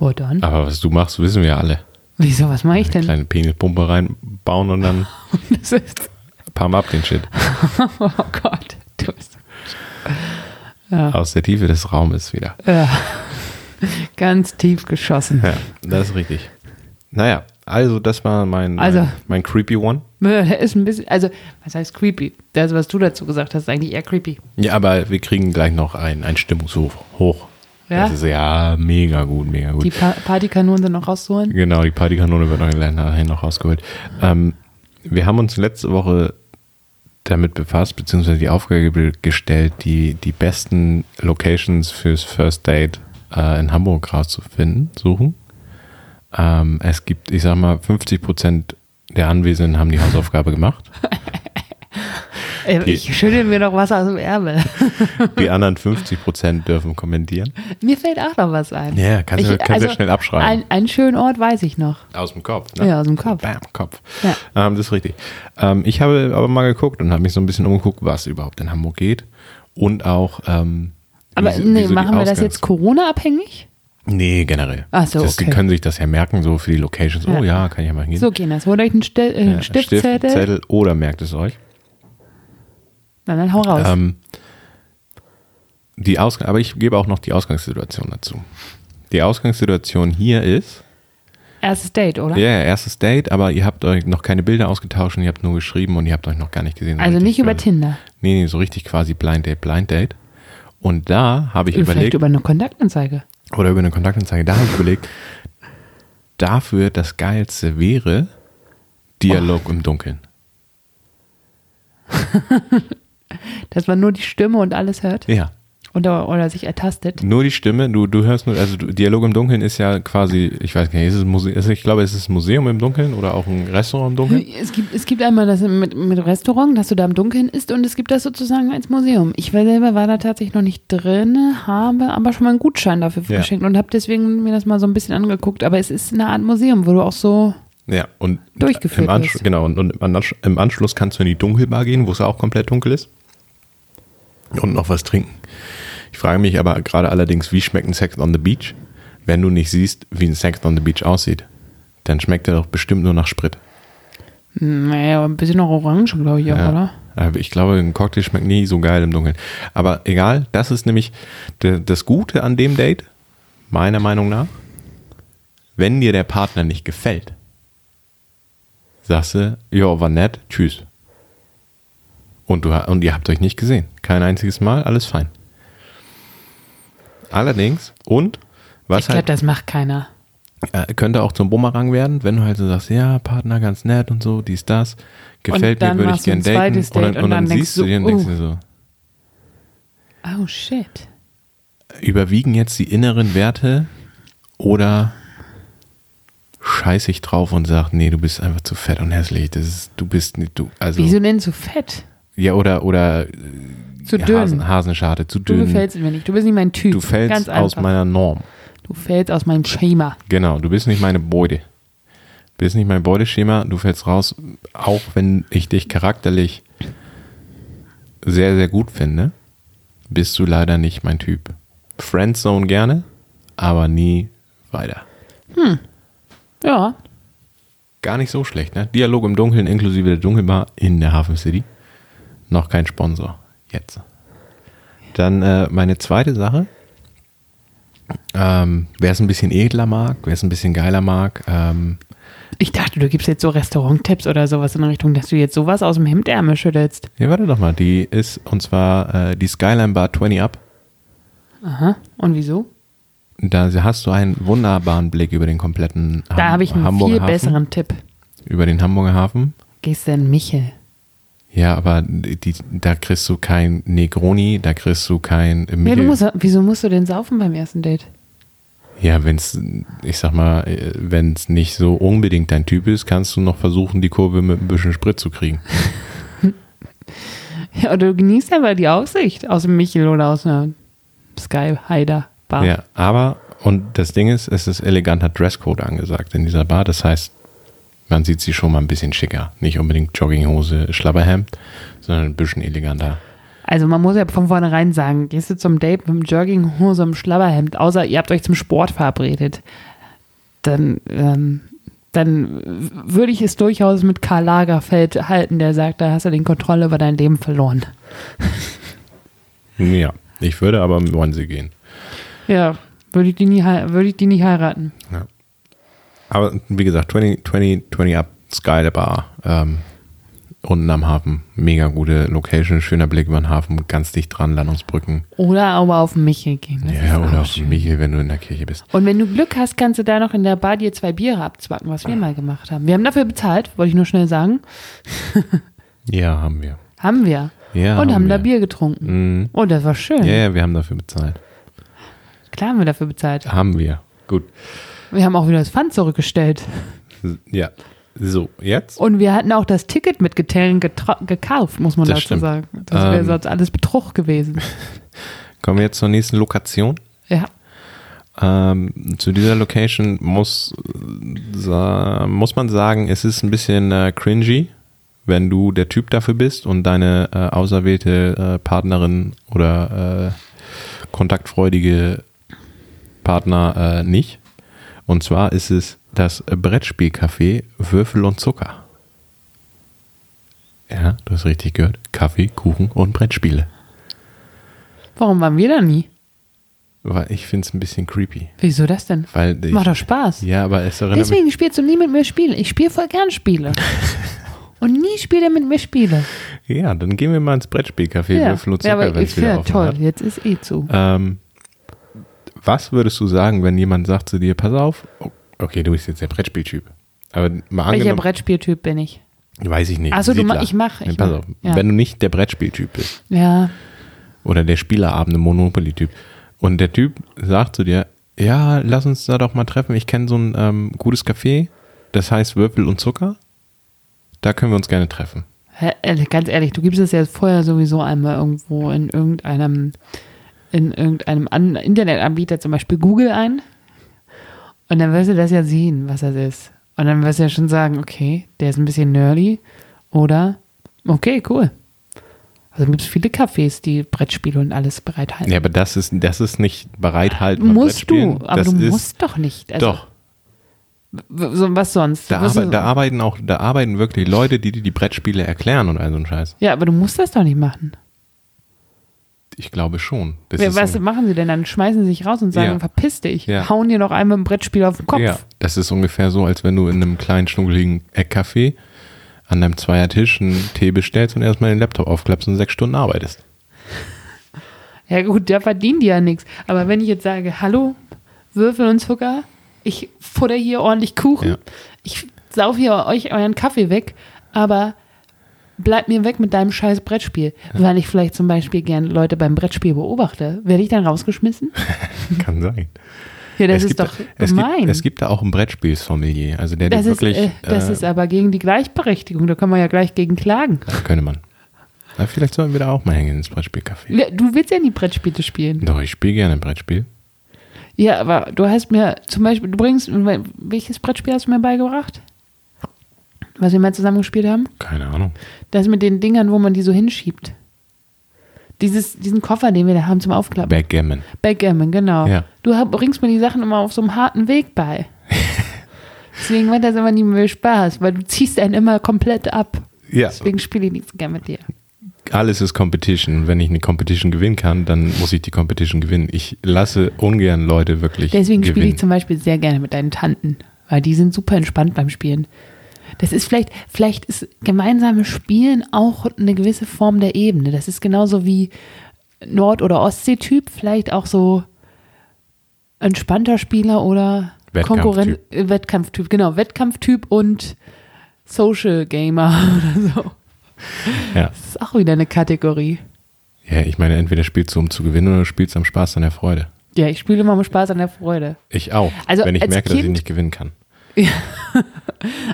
[SPEAKER 4] Wo dann?
[SPEAKER 3] Aber was du machst, wissen wir alle.
[SPEAKER 4] Wieso, was mache ich denn?
[SPEAKER 3] Kleine Penispumpe reinbauen und dann
[SPEAKER 4] Das ist,
[SPEAKER 3] pam ab den Shit.
[SPEAKER 4] oh Gott. Du bist
[SPEAKER 3] Aus der Tiefe des Raumes wieder.
[SPEAKER 4] ganz tief geschossen.
[SPEAKER 3] Ja, das ist richtig. Naja, also das war mein,
[SPEAKER 4] Also.
[SPEAKER 3] mein, mein Creepy One.
[SPEAKER 4] Ja, Der ist ein bisschen, also, was heißt creepy? Das, was du dazu gesagt hast, ist eigentlich eher creepy.
[SPEAKER 3] Ja, aber wir kriegen gleich noch ein, ein Stimmungshoch. Hoch.
[SPEAKER 4] Ja?
[SPEAKER 3] Das ist ja mega gut, mega gut.
[SPEAKER 4] Die pa Partykanonen sind noch rauszuholen.
[SPEAKER 3] genau, die Partykanone wird noch gleich nachher noch rausgeholt. Ähm, wir haben uns letzte Woche damit befasst, beziehungsweise die Aufgabe gestellt, die, die besten Locations fürs First Date äh, in Hamburg rauszufinden, suchen. Ähm, es gibt, ich sag mal, 50 Prozent der Anwesenden haben die Hausaufgabe gemacht.
[SPEAKER 4] Äh, Ich schüttel mir noch Wasser aus dem Ärmel.
[SPEAKER 3] Die anderen 50 Prozent dürfen kommentieren.
[SPEAKER 4] Mir fällt auch noch was ein.
[SPEAKER 3] Ja, kannst du-
[SPEAKER 4] Ich-
[SPEAKER 3] kannst du schnell abschreiben.
[SPEAKER 4] Ein, einen schönen Ort weiß ich noch.
[SPEAKER 3] Aus dem Kopf, ne?
[SPEAKER 4] Ja, aus dem Kopf.
[SPEAKER 3] Bam, Kopf.
[SPEAKER 4] Ja.
[SPEAKER 3] Ähm, das ist richtig. Ähm, ich habe aber mal geguckt und habe mich so ein bisschen umgeguckt, was überhaupt in Hamburg geht. Und auch. Ähm,
[SPEAKER 4] Aber
[SPEAKER 3] wie-
[SPEAKER 4] nee,
[SPEAKER 3] wieso die
[SPEAKER 4] machen wir das
[SPEAKER 3] Ausgangs-
[SPEAKER 4] jetzt Corona-abhängig?
[SPEAKER 3] Nee, generell.
[SPEAKER 4] Ach so,
[SPEAKER 3] das, Die
[SPEAKER 4] okay.
[SPEAKER 3] können sich das ja merken, so für die Locations. Oh
[SPEAKER 4] Ja.
[SPEAKER 3] ja, kann ich ja mal hingehen.
[SPEAKER 4] So gehen das. Holt euch einen Stil äh,
[SPEAKER 3] Ja,
[SPEAKER 4] Stiftzettel.
[SPEAKER 3] Stiftzettel oder merkt es euch.
[SPEAKER 4] Nein, dann hau raus.
[SPEAKER 3] Ähm, die Ausgang aber ich gebe auch noch die Ausgangssituation dazu. Die Ausgangssituation hier ist,
[SPEAKER 4] Erstes Date, oder?
[SPEAKER 3] Ja, ja, erstes Date, aber ihr habt euch noch keine Bilder ausgetauscht und ihr habt nur geschrieben und ihr habt euch noch gar nicht gesehen. So
[SPEAKER 4] also
[SPEAKER 3] richtig
[SPEAKER 4] nicht über
[SPEAKER 3] quasi-
[SPEAKER 4] Tinder.
[SPEAKER 3] Nee, nee, so richtig quasi Blind Date, Blind Date. Und da habe ich
[SPEAKER 4] Vielleicht
[SPEAKER 3] überlegt,
[SPEAKER 4] über eine Kontaktanzeige.
[SPEAKER 3] oder über eine Kontaktanzeige, da habe ich überlegt, dafür das Geilste wäre Dialog im Dunkeln.
[SPEAKER 4] Dass man nur die Stimme und alles hört.
[SPEAKER 3] Ja.
[SPEAKER 4] Oder, oder sich ertastet.
[SPEAKER 3] Nur die Stimme, du, du hörst nur, also du, Dialog im Dunkeln ist ja quasi, ich weiß gar nicht, ist es ein Muse ist, ich glaube, es ist ein Museum im Dunkeln oder auch ein Restaurant im Dunkeln.
[SPEAKER 4] Es gibt, es gibt einmal das mit, mit Restaurant, dass du da im Dunkeln isst und es gibt das sozusagen als Museum. Ich war selber war da tatsächlich noch nicht drin, habe aber schon mal einen Gutschein dafür
[SPEAKER 3] Ja.
[SPEAKER 4] geschenkt und habe deswegen mir das mal so ein bisschen angeguckt. Aber es ist eine Art Museum, wo du auch so
[SPEAKER 3] Ja, und
[SPEAKER 4] Durchgeführt
[SPEAKER 3] im Anschluss,
[SPEAKER 4] wirst.
[SPEAKER 3] genau, und, und im, Ansch im Anschluss kannst du in die Dunkelbar gehen, wo es auch komplett dunkel ist. Und noch was trinken. Ich frage mich aber gerade allerdings, wie schmeckt ein Sex on the Beach, wenn du nicht siehst, wie ein Sex on the Beach aussieht? Dann schmeckt er doch bestimmt nur nach Sprit.
[SPEAKER 4] Naja, ein bisschen noch Orange, glaube ich, auch,
[SPEAKER 3] Ja.
[SPEAKER 4] oder?
[SPEAKER 3] Aber ich glaube, ein Cocktail schmeckt nie so geil im Dunkeln. Aber egal, das ist nämlich de- das Gute an dem Date, meiner Meinung nach. Wenn dir der Partner nicht gefällt, sagst du, ja, war nett, tschüss. Und, du, ha- und ihr habt euch nicht gesehen. Kein einziges Mal, alles fein. Allerdings, und was halt
[SPEAKER 4] Ich glaube, das macht keiner.
[SPEAKER 3] äh, könnte auch zum Bumerang werden, wenn du halt so sagst, ja, Partner, ganz nett und so, dies, das, gefällt
[SPEAKER 4] Und dann
[SPEAKER 3] mir, würde
[SPEAKER 4] machst
[SPEAKER 3] ich
[SPEAKER 4] du
[SPEAKER 3] gern
[SPEAKER 4] ein
[SPEAKER 3] daten.
[SPEAKER 4] zweites
[SPEAKER 3] und dann,
[SPEAKER 4] Date und dann denkst
[SPEAKER 3] siehst du
[SPEAKER 4] du,
[SPEAKER 3] den und denkst
[SPEAKER 4] uh.
[SPEAKER 3] dir so,
[SPEAKER 4] Oh, shit.
[SPEAKER 3] überwiegen jetzt die inneren Werte oder scheiß ich drauf und sag, nee, du bist einfach zu fett und hässlich, das ist, du bist nicht, du, also,
[SPEAKER 4] Wieso denn zu fett?
[SPEAKER 3] ja, oder, oder
[SPEAKER 4] Zu dünn.
[SPEAKER 3] Hasen, Hasenscharte, zu
[SPEAKER 4] du
[SPEAKER 3] dünn.
[SPEAKER 4] gefällst mir nicht. Du bist nicht mein Typ.
[SPEAKER 3] du
[SPEAKER 4] Ganz
[SPEAKER 3] fällst aus
[SPEAKER 4] einfach.
[SPEAKER 3] meiner Norm.
[SPEAKER 4] Du fällst aus meinem Schema.
[SPEAKER 3] Genau, du bist nicht meine Beute. Du bist nicht mein Beuteschema, du fällst raus, auch wenn ich dich charakterlich sehr, sehr gut finde, bist du leider nicht mein Typ. Friendzone gerne, aber nie weiter.
[SPEAKER 4] Ja.
[SPEAKER 3] Gar nicht so schlecht, ne? Dialog im Dunkeln inklusive der Dunkelbar in der Hafen City. Noch kein Sponsor. Jetzt. Dann äh, meine zweite Sache. Ähm, wer es ein bisschen edler mag, wer es ein bisschen geiler mag, ähm,
[SPEAKER 4] Ich dachte, du gibst jetzt so Restauranttipps oder sowas in der Richtung, dass du jetzt sowas aus dem Hemdärmel schüttelst.
[SPEAKER 3] ja, warte doch mal, die ist, und zwar äh, die Skyline Bar 20 Up.
[SPEAKER 4] Aha. Und wieso?
[SPEAKER 3] Da hast du einen wunderbaren Blick über den kompletten Ham
[SPEAKER 4] Da habe ich einen
[SPEAKER 3] Hamburger
[SPEAKER 4] viel
[SPEAKER 3] Hafen,
[SPEAKER 4] besseren Tipp.
[SPEAKER 3] Über den Hamburger Hafen.
[SPEAKER 4] Gehst du in Michel?
[SPEAKER 3] Ja, aber die, da kriegst du kein Negroni, da kriegst du kein
[SPEAKER 4] Ja, du
[SPEAKER 3] Michel-
[SPEAKER 4] musst, wieso musst du denn saufen beim ersten Date?
[SPEAKER 3] Ja, wenn's, ich sag mal, äh, wenn's nicht so unbedingt dein Typ ist, kannst du noch versuchen, die Kurve mit ein bisschen Sprit zu kriegen.
[SPEAKER 4] Ja, oder du genießt aber die Aussicht aus dem Michel oder aus einer Sky Hider Bar.
[SPEAKER 3] Ja, aber, und das Ding ist, es ist eleganter Dresscode angesagt in dieser Bar. Das heißt, man sieht sie schon mal ein bisschen schicker. Nicht unbedingt Jogginghose, Schlabberhemd, sondern ein bisschen eleganter.
[SPEAKER 4] Also man muss ja von vornherein sagen, gehst du zum Date mit einem Jogginghose und einem Schlabberhemd, außer ihr habt euch zum Sport verabredet, dann, ähm, dann würde ich es durchaus mit Karl Lagerfeld halten, der sagt, da hast du den Kontrolle über dein Leben verloren.
[SPEAKER 3] Ja, ich würde aber im Onesie gehen.
[SPEAKER 4] Ja, würde ich die, nie, hei- würde ich die nicht heiraten.
[SPEAKER 3] Aber wie gesagt, 20, 20, 20 Up Sky der Bar. Ähm, unten am Hafen. Mega gute Location, schöner Blick über den Hafen, ganz dicht dran, Landungsbrücken.
[SPEAKER 4] Oder aber auf den Michel gehen. das ist
[SPEAKER 3] ja,
[SPEAKER 4] auch
[SPEAKER 3] oder auf
[SPEAKER 4] schön.
[SPEAKER 3] den Michel, wenn du in der Kirche bist.
[SPEAKER 4] Und wenn du Glück hast, kannst du da noch in der Bar dir zwei Biere abzwacken, was wir mal gemacht haben. Wir haben dafür bezahlt, wollte ich nur schnell sagen.
[SPEAKER 3] Ja, haben wir.
[SPEAKER 4] Haben wir.
[SPEAKER 3] Ja,
[SPEAKER 4] und haben
[SPEAKER 3] wir.
[SPEAKER 4] da Bier getrunken.
[SPEAKER 3] Mhm.
[SPEAKER 4] Oh, das war schön.
[SPEAKER 3] Ja, ja, wir haben dafür bezahlt.
[SPEAKER 4] Klar haben wir dafür bezahlt.
[SPEAKER 3] Haben wir. Gut.
[SPEAKER 4] Wir haben auch wieder das Pfand zurückgestellt.
[SPEAKER 3] Ja. So, jetzt?
[SPEAKER 4] Und wir hatten auch das Ticket mit Getränken getro- gekauft, muss man
[SPEAKER 3] Das
[SPEAKER 4] dazu
[SPEAKER 3] stimmt.
[SPEAKER 4] sagen. Das wäre
[SPEAKER 3] Ähm.
[SPEAKER 4] sonst alles Betrug gewesen.
[SPEAKER 3] Kommen wir jetzt zur nächsten Lokation.
[SPEAKER 4] Ja.
[SPEAKER 3] Ähm, zu dieser Location muss, äh, sa muss man sagen, es ist ein bisschen äh, cringy, wenn du der Typ dafür bist und deine äh, auserwählte äh, Partnerin oder äh, kontaktfreudige Partner äh, nicht. Und zwar ist es das Brettspielcafé Würfel und Zucker. Ja, du hast richtig gehört. Kaffee, Kuchen und Brettspiele.
[SPEAKER 4] Warum waren wir da nie?
[SPEAKER 3] Weil ich finde es ein bisschen creepy.
[SPEAKER 4] Wieso das denn?
[SPEAKER 3] Weil ich,
[SPEAKER 4] Macht doch Spaß.
[SPEAKER 3] Ja, aber es erinnert mich.
[SPEAKER 4] Deswegen spielst du nie mit mir Spiele. Ich spiele voll gern Spiele. Und nie spielt er mit mir Spiele.
[SPEAKER 3] Ja, dann gehen wir mal ins Brettspielcafé
[SPEAKER 4] ja.
[SPEAKER 3] Würfel und
[SPEAKER 4] ja,
[SPEAKER 3] Zucker,
[SPEAKER 4] aber
[SPEAKER 3] wenn
[SPEAKER 4] ich
[SPEAKER 3] es wieder
[SPEAKER 4] ja,
[SPEAKER 3] offen
[SPEAKER 4] toll.
[SPEAKER 3] hat.
[SPEAKER 4] Jetzt ist eh zu.
[SPEAKER 3] Ähm, was würdest du sagen, wenn jemand sagt zu dir, pass auf, oh, okay, du bist jetzt der Brettspieltyp. Aber mal
[SPEAKER 4] Welcher
[SPEAKER 3] angenommen,
[SPEAKER 4] Brettspieltyp bin ich?
[SPEAKER 3] weiß ich nicht.
[SPEAKER 4] Ach so, du
[SPEAKER 3] Siedler.
[SPEAKER 4] ma- ich mach, ich
[SPEAKER 3] Nee, pass
[SPEAKER 4] mach,
[SPEAKER 3] auf,
[SPEAKER 4] ja.
[SPEAKER 3] wenn du nicht der Brettspieltyp bist
[SPEAKER 4] Ja,
[SPEAKER 3] oder der spielerabende Monopoly-Typ und der Typ sagt zu dir, ja, lass uns da doch mal treffen, ich kenne so ein ähm, gutes Café, das heißt Würfel und Zucker, da können wir uns gerne treffen.
[SPEAKER 4] Hä, ehrlich, ganz ehrlich, du gibst es ja vorher sowieso einmal irgendwo in irgendeinem, in irgendeinem An Internetanbieter, zum Beispiel Google ein. Und dann wirst du das ja sehen, was das ist. Und dann wirst du ja schon sagen, okay, der ist ein bisschen nerdy. Oder, okay, cool. Also gibt es viele Cafés, die Brettspiele und alles bereithalten.
[SPEAKER 3] Ja, aber das ist, das ist nicht bereithalten. beim
[SPEAKER 4] musst du,
[SPEAKER 3] Brettspielen.
[SPEAKER 4] aber
[SPEAKER 3] das
[SPEAKER 4] du
[SPEAKER 3] ist,
[SPEAKER 4] musst doch nicht. Also,
[SPEAKER 3] Doch,
[SPEAKER 4] w- So, was sonst?
[SPEAKER 3] da,
[SPEAKER 4] Was
[SPEAKER 3] arbe
[SPEAKER 4] ist-
[SPEAKER 3] da arbeiten auch, da arbeiten wirklich Leute, die dir die Brettspiele erklären und all so ein Scheiß.
[SPEAKER 4] ja, aber du musst das doch nicht machen.
[SPEAKER 3] Ich glaube schon. Das
[SPEAKER 4] Wer,
[SPEAKER 3] ist
[SPEAKER 4] was
[SPEAKER 3] un-
[SPEAKER 4] machen sie denn dann? Schmeißen sie sich raus und sagen,
[SPEAKER 3] Ja.
[SPEAKER 4] verpiss dich.
[SPEAKER 3] Ja.
[SPEAKER 4] Hauen dir noch einmal ein Brettspiel auf den Kopf.
[SPEAKER 3] Ja, das ist ungefähr so, als wenn du in einem kleinen, schnuckeligen Eckcafé an deinem Zweiertisch einen Tee bestellst und erstmal den Laptop aufklappst und sechs Stunden arbeitest.
[SPEAKER 4] Ja gut, da verdienen die ja nichts. Aber wenn ich jetzt sage, hallo, Würfel und Zucker, ich futter hier ordentlich Kuchen,
[SPEAKER 3] Ja.
[SPEAKER 4] ich sauf hier euch euren Kaffee weg, aber bleib mir weg mit deinem scheiß Brettspiel. Weil ich vielleicht zum Beispiel gern Leute beim Brettspiel beobachte. Werde ich dann rausgeschmissen?
[SPEAKER 3] Kann sein.
[SPEAKER 4] Ja, das ist
[SPEAKER 3] gibt,
[SPEAKER 4] doch
[SPEAKER 3] es,
[SPEAKER 4] gemein.
[SPEAKER 3] gibt, es gibt da auch ein Brettspielsommelier. Also der, der
[SPEAKER 4] das ist,
[SPEAKER 3] wirklich.
[SPEAKER 4] äh, das
[SPEAKER 3] äh,
[SPEAKER 4] ist aber gegen die Gleichberechtigung. Da kann man ja gleich gegen klagen.
[SPEAKER 3] könnte man. Aber vielleicht sollten wir da auch mal hängen ins Brettspielcafé.
[SPEAKER 4] Ja, Du willst ja nie Brettspiele spielen.
[SPEAKER 3] Doch, ich spiele gerne Brettspiel.
[SPEAKER 4] Ja, aber du hast mir zum Beispiel, du bringst, welches Brettspiel hast du mir beigebracht? Was wir mal zusammen gespielt haben?
[SPEAKER 3] Keine Ahnung.
[SPEAKER 4] Das mit den Dingern, wo man die so hinschiebt. Dieses, diesen Koffer, den wir da haben zum Aufklappen.
[SPEAKER 3] Backgammon.
[SPEAKER 4] Backgammon, genau.
[SPEAKER 3] Ja.
[SPEAKER 4] Du hab, bringst mir die Sachen immer auf so einem harten Weg bei. Deswegen macht das immer nicht mehr Spaß, weil du ziehst einen immer komplett ab.
[SPEAKER 3] Ja,
[SPEAKER 4] Deswegen spiele ich nicht so gern mit dir.
[SPEAKER 3] alles ist Competition. Und wenn ich eine Competition gewinnen kann, dann muss ich die Competition gewinnen. Ich lasse ungern Leute wirklich
[SPEAKER 4] Deswegen
[SPEAKER 3] gewinnen.
[SPEAKER 4] spiele ich zum Beispiel sehr gerne mit deinen Tanten, weil die sind super entspannt beim Spielen. Das ist vielleicht, vielleicht ist gemeinsames Spielen auch eine gewisse Form der Ebene. Das ist genauso wie Nord- oder Ostsee-Typ, vielleicht auch so entspannter Spieler oder
[SPEAKER 3] Wettkampftyp.
[SPEAKER 4] Konkurrent, äh, Wettkampftyp, genau, Wettkampftyp und Social Gamer oder so.
[SPEAKER 3] ja.
[SPEAKER 4] Das ist auch wieder eine Kategorie.
[SPEAKER 3] ja, ich meine, entweder spielst du, um zu gewinnen, oder du spielst am Spaß, an der Freude.
[SPEAKER 4] Ja, ich spiele immer mit Spaß an der Freude.
[SPEAKER 3] Ich auch,
[SPEAKER 4] Also
[SPEAKER 3] wenn ich
[SPEAKER 4] als
[SPEAKER 3] merke, dass ich
[SPEAKER 4] Kind-
[SPEAKER 3] nicht gewinnen kann.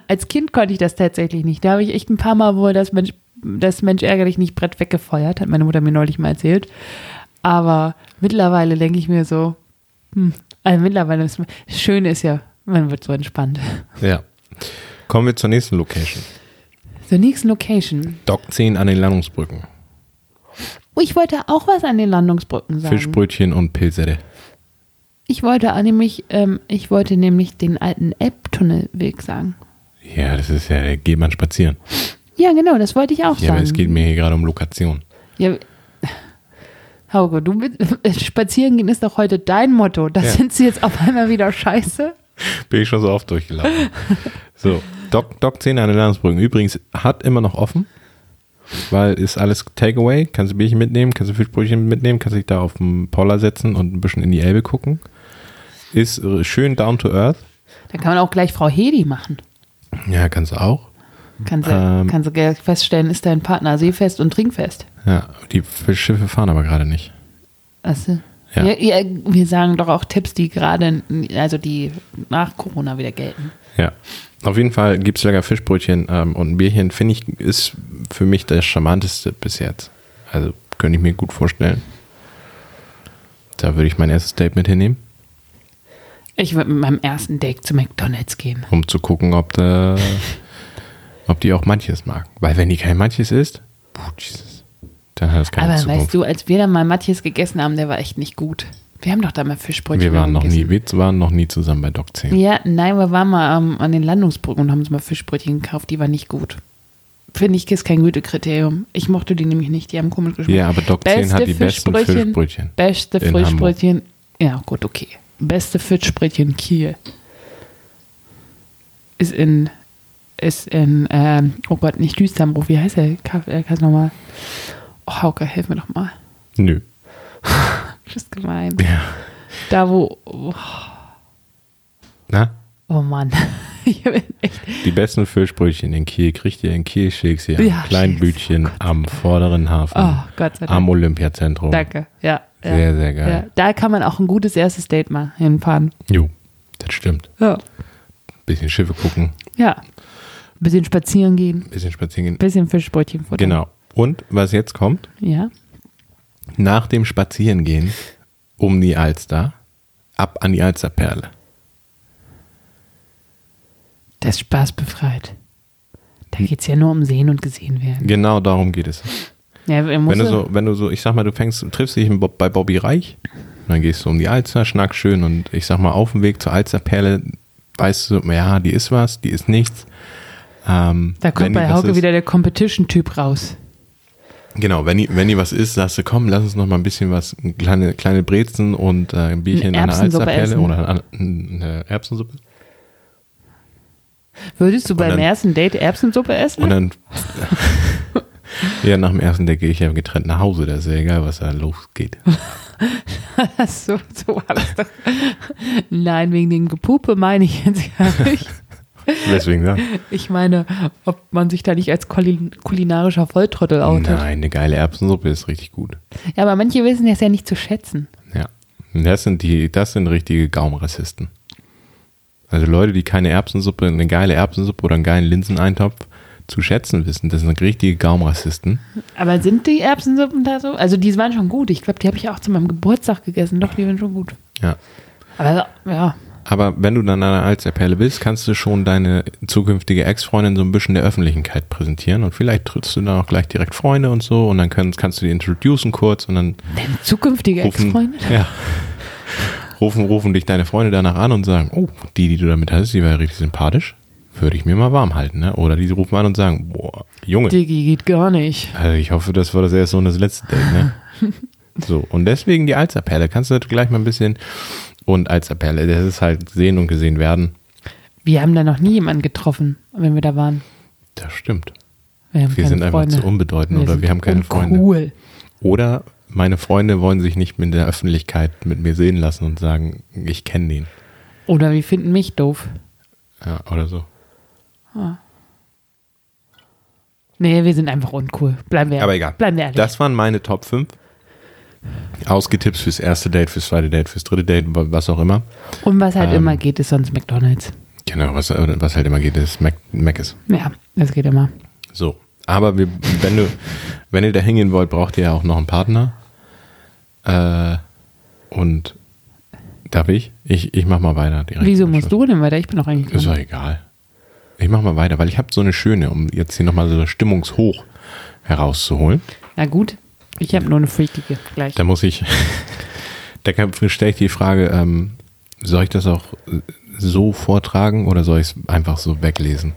[SPEAKER 4] Als Kind konnte ich das tatsächlich nicht. Da habe ich echt ein paar Mal wohl das Mensch, das Mensch ärgerlich nicht Brett weggefeuert, hat meine Mutter mir neulich mal erzählt. Aber mittlerweile denke ich mir so, hm, also mittlerweile ist das Schöne ist ja, man wird so entspannt.
[SPEAKER 3] Ja. Kommen wir zur nächsten Location.
[SPEAKER 4] Zur nächsten Location.
[SPEAKER 3] Dock 10 an den Landungsbrücken.
[SPEAKER 4] Oh, ich wollte auch was an den Landungsbrücken sagen.
[SPEAKER 3] Fischbrötchen und Pilzette.
[SPEAKER 4] Ich wollte an- nämlich, ähm, ich wollte nämlich den alten Elbtunnelweg sagen.
[SPEAKER 3] Ja, das ist ja, da geht man spazieren.
[SPEAKER 4] Ja, genau, das wollte ich auch
[SPEAKER 3] Ja,
[SPEAKER 4] sagen.
[SPEAKER 3] aber es geht mir hier gerade um Lokation.
[SPEAKER 4] Ja, Hauke, du bist- spazieren gehen ist doch heute dein Motto. Das
[SPEAKER 3] Ja.
[SPEAKER 4] sind sie jetzt auf einmal wieder scheiße.
[SPEAKER 3] Bin ich schon so oft durchgelaufen. so, Dock, Dock 10 an den Landungsbrücken. Übrigens, hat immer noch offen, weil ist alles Takeaway. Kannst du Bierchen mitnehmen, kannst du Fischbrötchen mitnehmen, kannst dich da auf den Poller setzen und ein bisschen in die Elbe gucken. Ist äh, schön down to earth.
[SPEAKER 4] Da kann man auch gleich Frau Hedi machen.
[SPEAKER 3] Ja, kannst du auch.
[SPEAKER 4] Kann sie,
[SPEAKER 3] Ähm.
[SPEAKER 4] kann sie gleich feststellen, ist dein Partner seefest und trinkfest.
[SPEAKER 3] Ja, die Schiffe fahren aber gerade nicht.
[SPEAKER 4] Also,
[SPEAKER 3] Ja.
[SPEAKER 4] ja. Ja, wir sagen doch auch Tipps, die gerade, also die nach Corona wieder gelten.
[SPEAKER 3] Ja. Auf jeden Fall gibt es lecker Fischbrötchen ähm, und ein Bierchen, finde ich, ist für mich das Charmanteste bis jetzt. Also könnte ich mir gut vorstellen. Da würde ich mein erstes Date mit hinnehmen,
[SPEAKER 4] Ich würde mit meinem ersten Date zu McDonalds gehen.
[SPEAKER 3] um zu gucken, ob, da, ob die auch manches mag. Weil wenn die kein manches isst, puh, Jesus, dann hat das keine
[SPEAKER 4] Aber
[SPEAKER 3] Zukunft.
[SPEAKER 4] weißt du, als wir dann mal Matthias gegessen haben, der war echt nicht gut. Wir haben doch da mal Fischbrötchen
[SPEAKER 3] wir waren noch
[SPEAKER 4] gegessen.
[SPEAKER 3] nie, wir waren noch nie zusammen bei Doc 10.
[SPEAKER 4] Ja, nein, wir waren mal ähm, an den Landungsbrücken und haben uns mal Fischbrötchen gekauft. Die waren nicht gut. Finde ich, ist kein Gütekriterium. Ich mochte die nämlich nicht. Die haben komisch geschmeckt.
[SPEAKER 3] Ja, aber Doc 10 hat die besten Fischbrötchen
[SPEAKER 4] Beste
[SPEAKER 3] in Hamburg.
[SPEAKER 4] Fischbrötchen. Ja, gut, okay. Beste Fischbrötchen Kiel. Ist in, ist in, ähm, oh Gott, nicht Düsternbruch. Wie heißt der? Kaff, äh, kannst du nochmal. Oh, Hauke, hilf mir doch mal.
[SPEAKER 3] Nö.
[SPEAKER 4] Das ist gemein.
[SPEAKER 3] Ja.
[SPEAKER 4] Da, wo, oh,
[SPEAKER 3] Na?
[SPEAKER 4] oh Mann. Ich bin echt
[SPEAKER 3] Die besten Fischbrötchen in Kiel kriegt ihr in Kiel, schickt ihr
[SPEAKER 4] Ja,
[SPEAKER 3] am Kleinbütchen am vorderen Hafen,
[SPEAKER 4] Oh, Gott sei Dank.
[SPEAKER 3] am Olympiazentrum.
[SPEAKER 4] Danke, ja. ja.
[SPEAKER 3] Sehr, sehr geil.
[SPEAKER 4] Ja. Da kann man auch ein gutes erstes Date mal hinfahren.
[SPEAKER 3] Jo, das stimmt.
[SPEAKER 4] Ja.
[SPEAKER 3] Bisschen Schiffe gucken,
[SPEAKER 4] ja. Ein bisschen spazieren gehen,
[SPEAKER 3] bisschen spazieren
[SPEAKER 4] ein
[SPEAKER 3] gehen.
[SPEAKER 4] bisschen Fischbrötchen futtern.
[SPEAKER 3] Genau. Und was jetzt kommt,
[SPEAKER 4] Ja.
[SPEAKER 3] nach dem Spazierengehen um die Alster, ab an die Alsterperle.
[SPEAKER 4] Das Spaß befreit. Da geht es ja nur um Sehen und Gesehen werden.
[SPEAKER 3] Genau darum geht es.
[SPEAKER 4] Ja, er muss
[SPEAKER 3] Wenn du so, wenn du so, ich sag mal, du fängst, triffst dich im Bob- bei Bobby Reich, dann gehst du um die Alster, schnack schön und ich sag mal, auf dem Weg zur Alsterperle weißt du, ja, die ist was, die ist nichts. Ähm,
[SPEAKER 4] da
[SPEAKER 3] wenn
[SPEAKER 4] kommt
[SPEAKER 3] die
[SPEAKER 4] bei
[SPEAKER 3] was
[SPEAKER 4] Hauke
[SPEAKER 3] ist,
[SPEAKER 4] wieder der Competition-Typ raus.
[SPEAKER 3] Genau, wenn die, wenn die was ist, sagst du, komm, lass uns noch mal ein bisschen was, eine kleine, kleine Brezen und äh, ein Bierchen
[SPEAKER 4] Eine
[SPEAKER 3] an der
[SPEAKER 4] Erbsensuppe
[SPEAKER 3] Alsterperle
[SPEAKER 4] essen.
[SPEAKER 3] oder an- eine Erbsensuppe.
[SPEAKER 4] Würdest du beim
[SPEAKER 3] dann-
[SPEAKER 4] ersten Date Erbsensuppe essen?
[SPEAKER 3] Und dann, ja, nach dem ersten Date gehe ich ja getrennt nach Hause, das ist ja egal, was da losgeht.
[SPEAKER 4] Ach so, so war das doch. Nein, wegen dem Gepupe meine ich jetzt gar nicht.
[SPEAKER 3] Deswegen, ja.
[SPEAKER 4] Ich meine, ob man sich da nicht als kulin- kulinarischer Volltrottel outet.
[SPEAKER 3] Nein, eine geile Erbsensuppe ist richtig gut.
[SPEAKER 4] Ja, aber manche wissen das ja nicht zu schätzen.
[SPEAKER 3] Ja. Und das sind die, das sind richtige Gaumenrassisten. Also Leute, die keine Erbsensuppe, eine geile Erbsensuppe oder einen geilen Linseneintopf zu schätzen wissen, das sind richtige Gaumenrassisten.
[SPEAKER 4] Aber sind die Erbsensuppen da so? Also die waren schon gut. Ich glaube, die habe ich auch zu meinem Geburtstag gegessen. Doch, die waren schon gut.
[SPEAKER 3] Ja.
[SPEAKER 4] Aber ja,
[SPEAKER 3] Aber wenn du dann an der Alsterperle bist, kannst du schon deine zukünftige Ex-Freundin so ein bisschen der Öffentlichkeit präsentieren und vielleicht trittst du dann auch gleich direkt Freunde und so und dann kannst, kannst du die introducen kurz und dann
[SPEAKER 4] deine zukünftige
[SPEAKER 3] rufen,
[SPEAKER 4] Ex-Freundin?
[SPEAKER 3] ja, rufen, rufen dich deine Freunde danach an und sagen, oh, die, die du damit hattest, die war ja richtig sympathisch. würde ich mir mal warm halten. Ne? Oder die rufen an und sagen, boah, Junge.
[SPEAKER 4] Diggi geht gar nicht.
[SPEAKER 3] Also ich hoffe, das war das erste und das letzte Date. Ne? so, und deswegen die Alsterperle. Kannst du das gleich mal ein bisschen... Und Alsterperle, das ist halt sehen und gesehen werden.
[SPEAKER 4] Wir haben da noch nie jemanden getroffen, wenn wir da waren.
[SPEAKER 3] Das stimmt.
[SPEAKER 4] Wir, haben
[SPEAKER 3] Wir
[SPEAKER 4] keine
[SPEAKER 3] sind einfach
[SPEAKER 4] Freunde.
[SPEAKER 3] zu unbedeutend oder
[SPEAKER 4] sind
[SPEAKER 3] wir haben keine Freunde.
[SPEAKER 4] Cool.
[SPEAKER 3] Oder meine Freunde wollen sich nicht mit der Öffentlichkeit mit mir sehen lassen und sagen, ich kenne den.
[SPEAKER 4] Oder wir finden mich doof.
[SPEAKER 3] Ja, oder so.
[SPEAKER 4] Nee, wir sind einfach uncool. Bleiben wir
[SPEAKER 3] Aber egal.
[SPEAKER 4] Bleiben wir ehrlich.
[SPEAKER 3] Das waren meine Top 5. Ausgetippt fürs erste Date, fürs zweite Date, fürs dritte Date, wa- was auch immer.
[SPEAKER 4] Und was halt
[SPEAKER 3] Ähm.
[SPEAKER 4] immer geht, ist sonst McDonalds.
[SPEAKER 3] Genau, was, was halt immer geht, ist Mac, Mac ist.
[SPEAKER 4] Ja, das geht immer.
[SPEAKER 3] So. Aber wir, wenn, du, wenn ihr da hingehen wollt, braucht ihr ja auch noch einen Partner. Äh, und darf ich? Ich, ich mach mal weiter direkt.
[SPEAKER 4] Wieso musst du denn weiter? Ich bin doch eigentlich.
[SPEAKER 3] Ist
[SPEAKER 4] dran.
[SPEAKER 3] doch egal. Ich mach mal weiter, weil ich habe so eine schöne, um jetzt hier nochmal so eine Stimmungshoch herauszuholen.
[SPEAKER 4] Na gut, ich habe nur eine freakige gleich.
[SPEAKER 3] Da muss ich, da stelle ich die Frage, ähm, soll ich das auch äh, so vortragen oder soll ich es einfach so weglesen?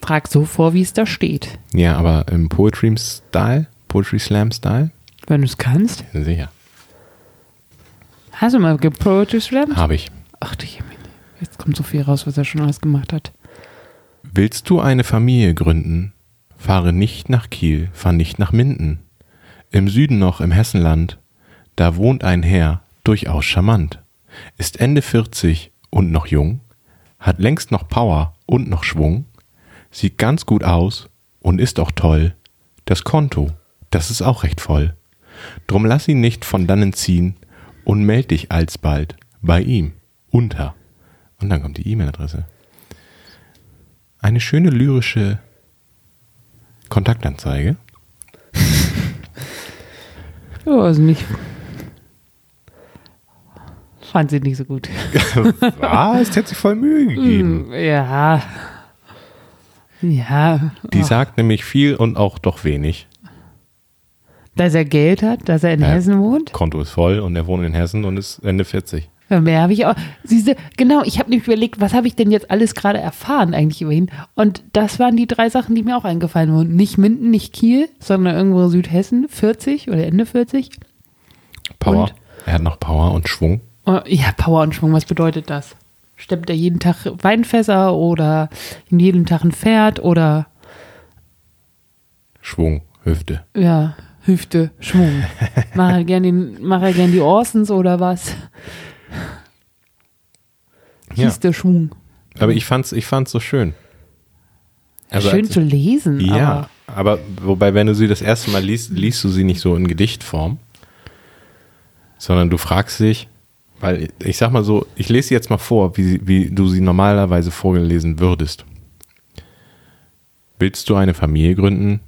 [SPEAKER 4] Trag so vor, wie es da steht.
[SPEAKER 3] Ja, aber im Poetry-Style, Poetry-Slam-Style?
[SPEAKER 4] Wenn du es kannst.
[SPEAKER 3] Sicher.
[SPEAKER 4] Hast du mal gepoetry slammed?
[SPEAKER 3] Habe ich.
[SPEAKER 4] Ach du Jemine. Jetzt kommt so viel raus, was er schon alles gemacht hat.
[SPEAKER 3] Willst du eine Familie gründen? Fahre nicht nach Kiel, fahr nicht nach Minden. Im Süden noch im Hessenland, da wohnt ein Herr, durchaus charmant. Ist Ende 40 und noch jung, hat längst noch Power und noch Schwung, sieht ganz gut aus und ist auch toll. Das Konto, das ist auch recht voll. Drum lass ihn nicht von dannen ziehen und meld dich alsbald bei ihm unter. Und dann kommt die E-Mail-Adresse eine schöne lyrische Kontaktanzeige.
[SPEAKER 4] Ja, also nicht. Fand sie nicht so gut.
[SPEAKER 3] Was? Die hat sich voll Mühe gegeben.
[SPEAKER 4] Ja. Ja.
[SPEAKER 3] Die sagt nämlich viel und auch doch wenig.
[SPEAKER 4] Dass er Geld hat, dass er in
[SPEAKER 3] Ja.
[SPEAKER 4] Hessen wohnt.
[SPEAKER 3] Konto ist voll und er wohnt in Hessen und ist Ende 40.
[SPEAKER 4] Ja, Mehr habe ich auch. Siehste, genau, ich habe nämlich überlegt, was habe ich denn jetzt alles gerade erfahren eigentlich über ihn? Und das waren die drei Sachen, die mir auch eingefallen wurden. Nicht Minden, nicht Kiel, sondern irgendwo in Südhessen, 40 oder Ende 40.
[SPEAKER 3] Power.
[SPEAKER 4] Und?
[SPEAKER 3] Er hat noch Power und Schwung.
[SPEAKER 4] Oh, Ja, Power und Schwung, was bedeutet das? Stemmt er jeden Tag Weinfässer oder jeden Tag ein Pferd oder
[SPEAKER 3] Schwung, Hüfte.
[SPEAKER 4] ja, Hüfte, Schwung? Mach er gern, den, mach er gern die Orsons oder was?
[SPEAKER 3] Ja.
[SPEAKER 4] Hieß der Schwung.
[SPEAKER 3] Aber ich fand's, ich fand's so schön. Also
[SPEAKER 4] Schön
[SPEAKER 3] als-
[SPEAKER 4] zu lesen.
[SPEAKER 3] Ja, aber wobei, wenn du sie das erste Mal liest, liest du sie nicht so in Gedichtform, sondern du fragst dich, weil ich sag mal so, ich lese sie jetzt mal vor, wie, sie- wie du sie normalerweise vorgelesen würdest. Willst du eine Familie gründen?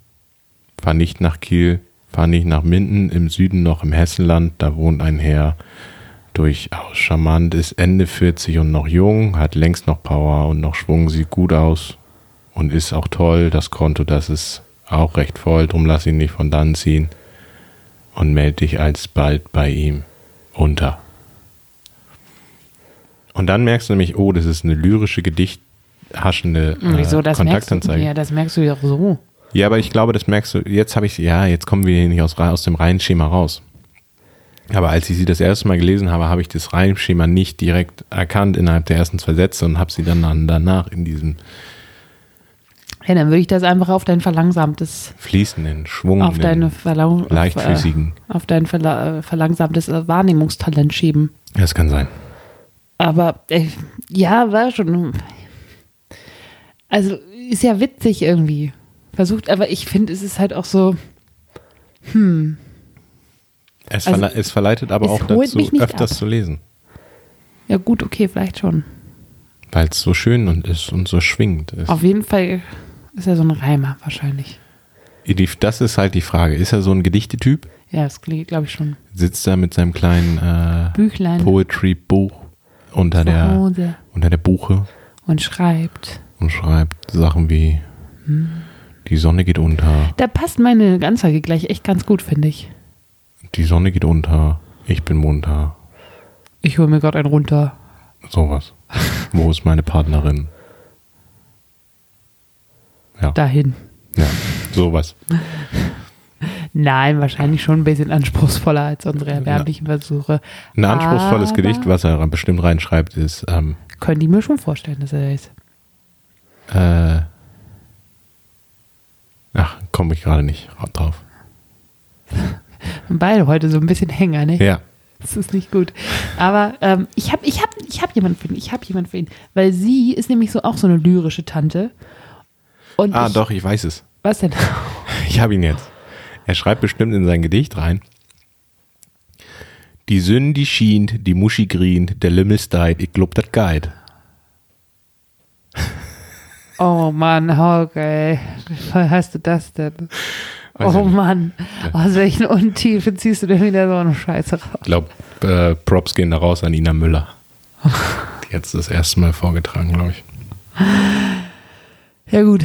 [SPEAKER 3] Fahr nicht nach Kiel, fahr nicht nach Minden, im Süden noch im Hessenland, da wohnt ein Herr. Durchaus charmant, ist Ende 40 und noch jung, hat längst noch Power und noch Schwung, sieht gut aus, und ist auch toll. Das Konto, das ist auch recht voll. Drum lass ihn nicht von dann ziehen und melde dich alsbald bei ihm unter. Und dann merkst du nämlich, oh, das ist eine lyrische, gedichthaschende
[SPEAKER 4] Aber,
[SPEAKER 3] äh,
[SPEAKER 4] Hm, wieso, das merkst, du,
[SPEAKER 3] Kontaktanzeige.
[SPEAKER 4] ja, das merkst du ja auch so.
[SPEAKER 3] Ja, aber ich glaube, das merkst du, jetzt habe ich, ja, jetzt kommen wir hier nicht aus, aus dem Reihenschema raus. Aber als ich sie das erste Mal gelesen habe, habe ich das Reihenschema nicht direkt erkannt innerhalb der ersten zwei Sätze und habe sie dann, dann danach in diesem
[SPEAKER 4] Ja, dann würde ich das einfach auf dein verlangsamtes,
[SPEAKER 3] fließenden, schwungenden,
[SPEAKER 4] auf deine Verlau
[SPEAKER 3] leichtfüßigen.
[SPEAKER 4] Auf, äh, auf dein Verla äh, verlangsamtes äh, Wahrnehmungstalent schieben.
[SPEAKER 3] Das kann sein.
[SPEAKER 4] Aber äh, ja, war schon. Also ist ja witzig irgendwie. Versucht, aber ich finde, es ist halt auch so,
[SPEAKER 3] Es,
[SPEAKER 4] Also,
[SPEAKER 3] verle es verleitet aber
[SPEAKER 4] es
[SPEAKER 3] auch
[SPEAKER 4] holt
[SPEAKER 3] dazu,
[SPEAKER 4] mich nicht
[SPEAKER 3] öfters
[SPEAKER 4] ab.
[SPEAKER 3] zu lesen,
[SPEAKER 4] ja gut, okay, vielleicht schon.
[SPEAKER 3] weil es so schön und ist und so schwingend ist.
[SPEAKER 4] Auf jeden Fall ist er so ein Reimer wahrscheinlich.
[SPEAKER 3] Die- Das ist halt die Frage. Ist er so ein Gedichtetyp?
[SPEAKER 4] Ja, das glaube ich schon.
[SPEAKER 3] Sitzt er mit seinem kleinen äh,
[SPEAKER 4] Büchlein
[SPEAKER 3] Poetry-Buch unter
[SPEAKER 4] zu
[SPEAKER 3] der,
[SPEAKER 4] Hause
[SPEAKER 3] unter der Buche
[SPEAKER 4] und schreibt.
[SPEAKER 3] und schreibt Sachen wie Die Sonne geht unter,
[SPEAKER 4] Da passt meine Anzeige gleich echt ganz gut, finde ich.
[SPEAKER 3] die Sonne geht unter, ich bin munter,
[SPEAKER 4] Ich hole mir gerade einen runter.
[SPEAKER 3] sowas. Wo ist meine Partnerin? Ja.
[SPEAKER 4] dahin.
[SPEAKER 3] Ja, sowas.
[SPEAKER 4] Nein, wahrscheinlich schon ein bisschen anspruchsvoller als unsere erbärmlichen Versuche.
[SPEAKER 3] Ein anspruchsvolles
[SPEAKER 4] Aber
[SPEAKER 3] Gedicht, was er bestimmt reinschreibt, ist ähm,
[SPEAKER 4] Könnte ich mir schon vorstellen, dass er ist.
[SPEAKER 3] Äh, ach, komme ich gerade nicht drauf.
[SPEAKER 4] Und Beide heute so ein bisschen Hänger, ne?
[SPEAKER 3] Ja,
[SPEAKER 4] Das ist nicht gut. Aber ähm, ich habe ich hab, ich hab jemanden für ihn. Ich habe jemanden für ihn. Weil sie ist nämlich so auch so eine lyrische Tante. Und
[SPEAKER 3] ah
[SPEAKER 4] ich,
[SPEAKER 3] doch, ich weiß es.
[SPEAKER 4] Was denn?
[SPEAKER 3] Ich habe ihn jetzt. Er schreibt bestimmt in sein Gedicht rein. Die Sünn, die schient, die Muschi grient, der Lümmel steit, ich glaub, dat geit.
[SPEAKER 4] Oh Mann, Hauke, wie hast du das denn?
[SPEAKER 3] Weiß
[SPEAKER 4] oh
[SPEAKER 3] ich nicht.
[SPEAKER 4] Mann, aus welchen Untiefen ziehst du denn wieder so eine Scheiße raus?
[SPEAKER 3] Ich glaube, äh, Props gehen da raus an Ina Müller. Die hat es das erste Mal vorgetragen, glaube ich.
[SPEAKER 4] Ja gut.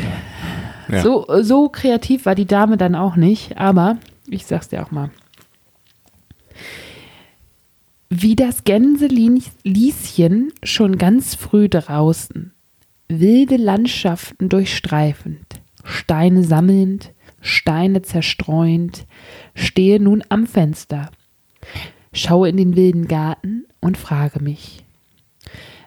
[SPEAKER 3] Ja.
[SPEAKER 4] So, so kreativ war die Dame dann auch nicht, aber ich sag's dir auch mal. Wie das Gänselieschen schon ganz früh draußen, wilde Landschaften durchstreifend, Steine sammelnd, Steine zerstreuend, stehe nun am Fenster, schaue in den wilden Garten und frage mich,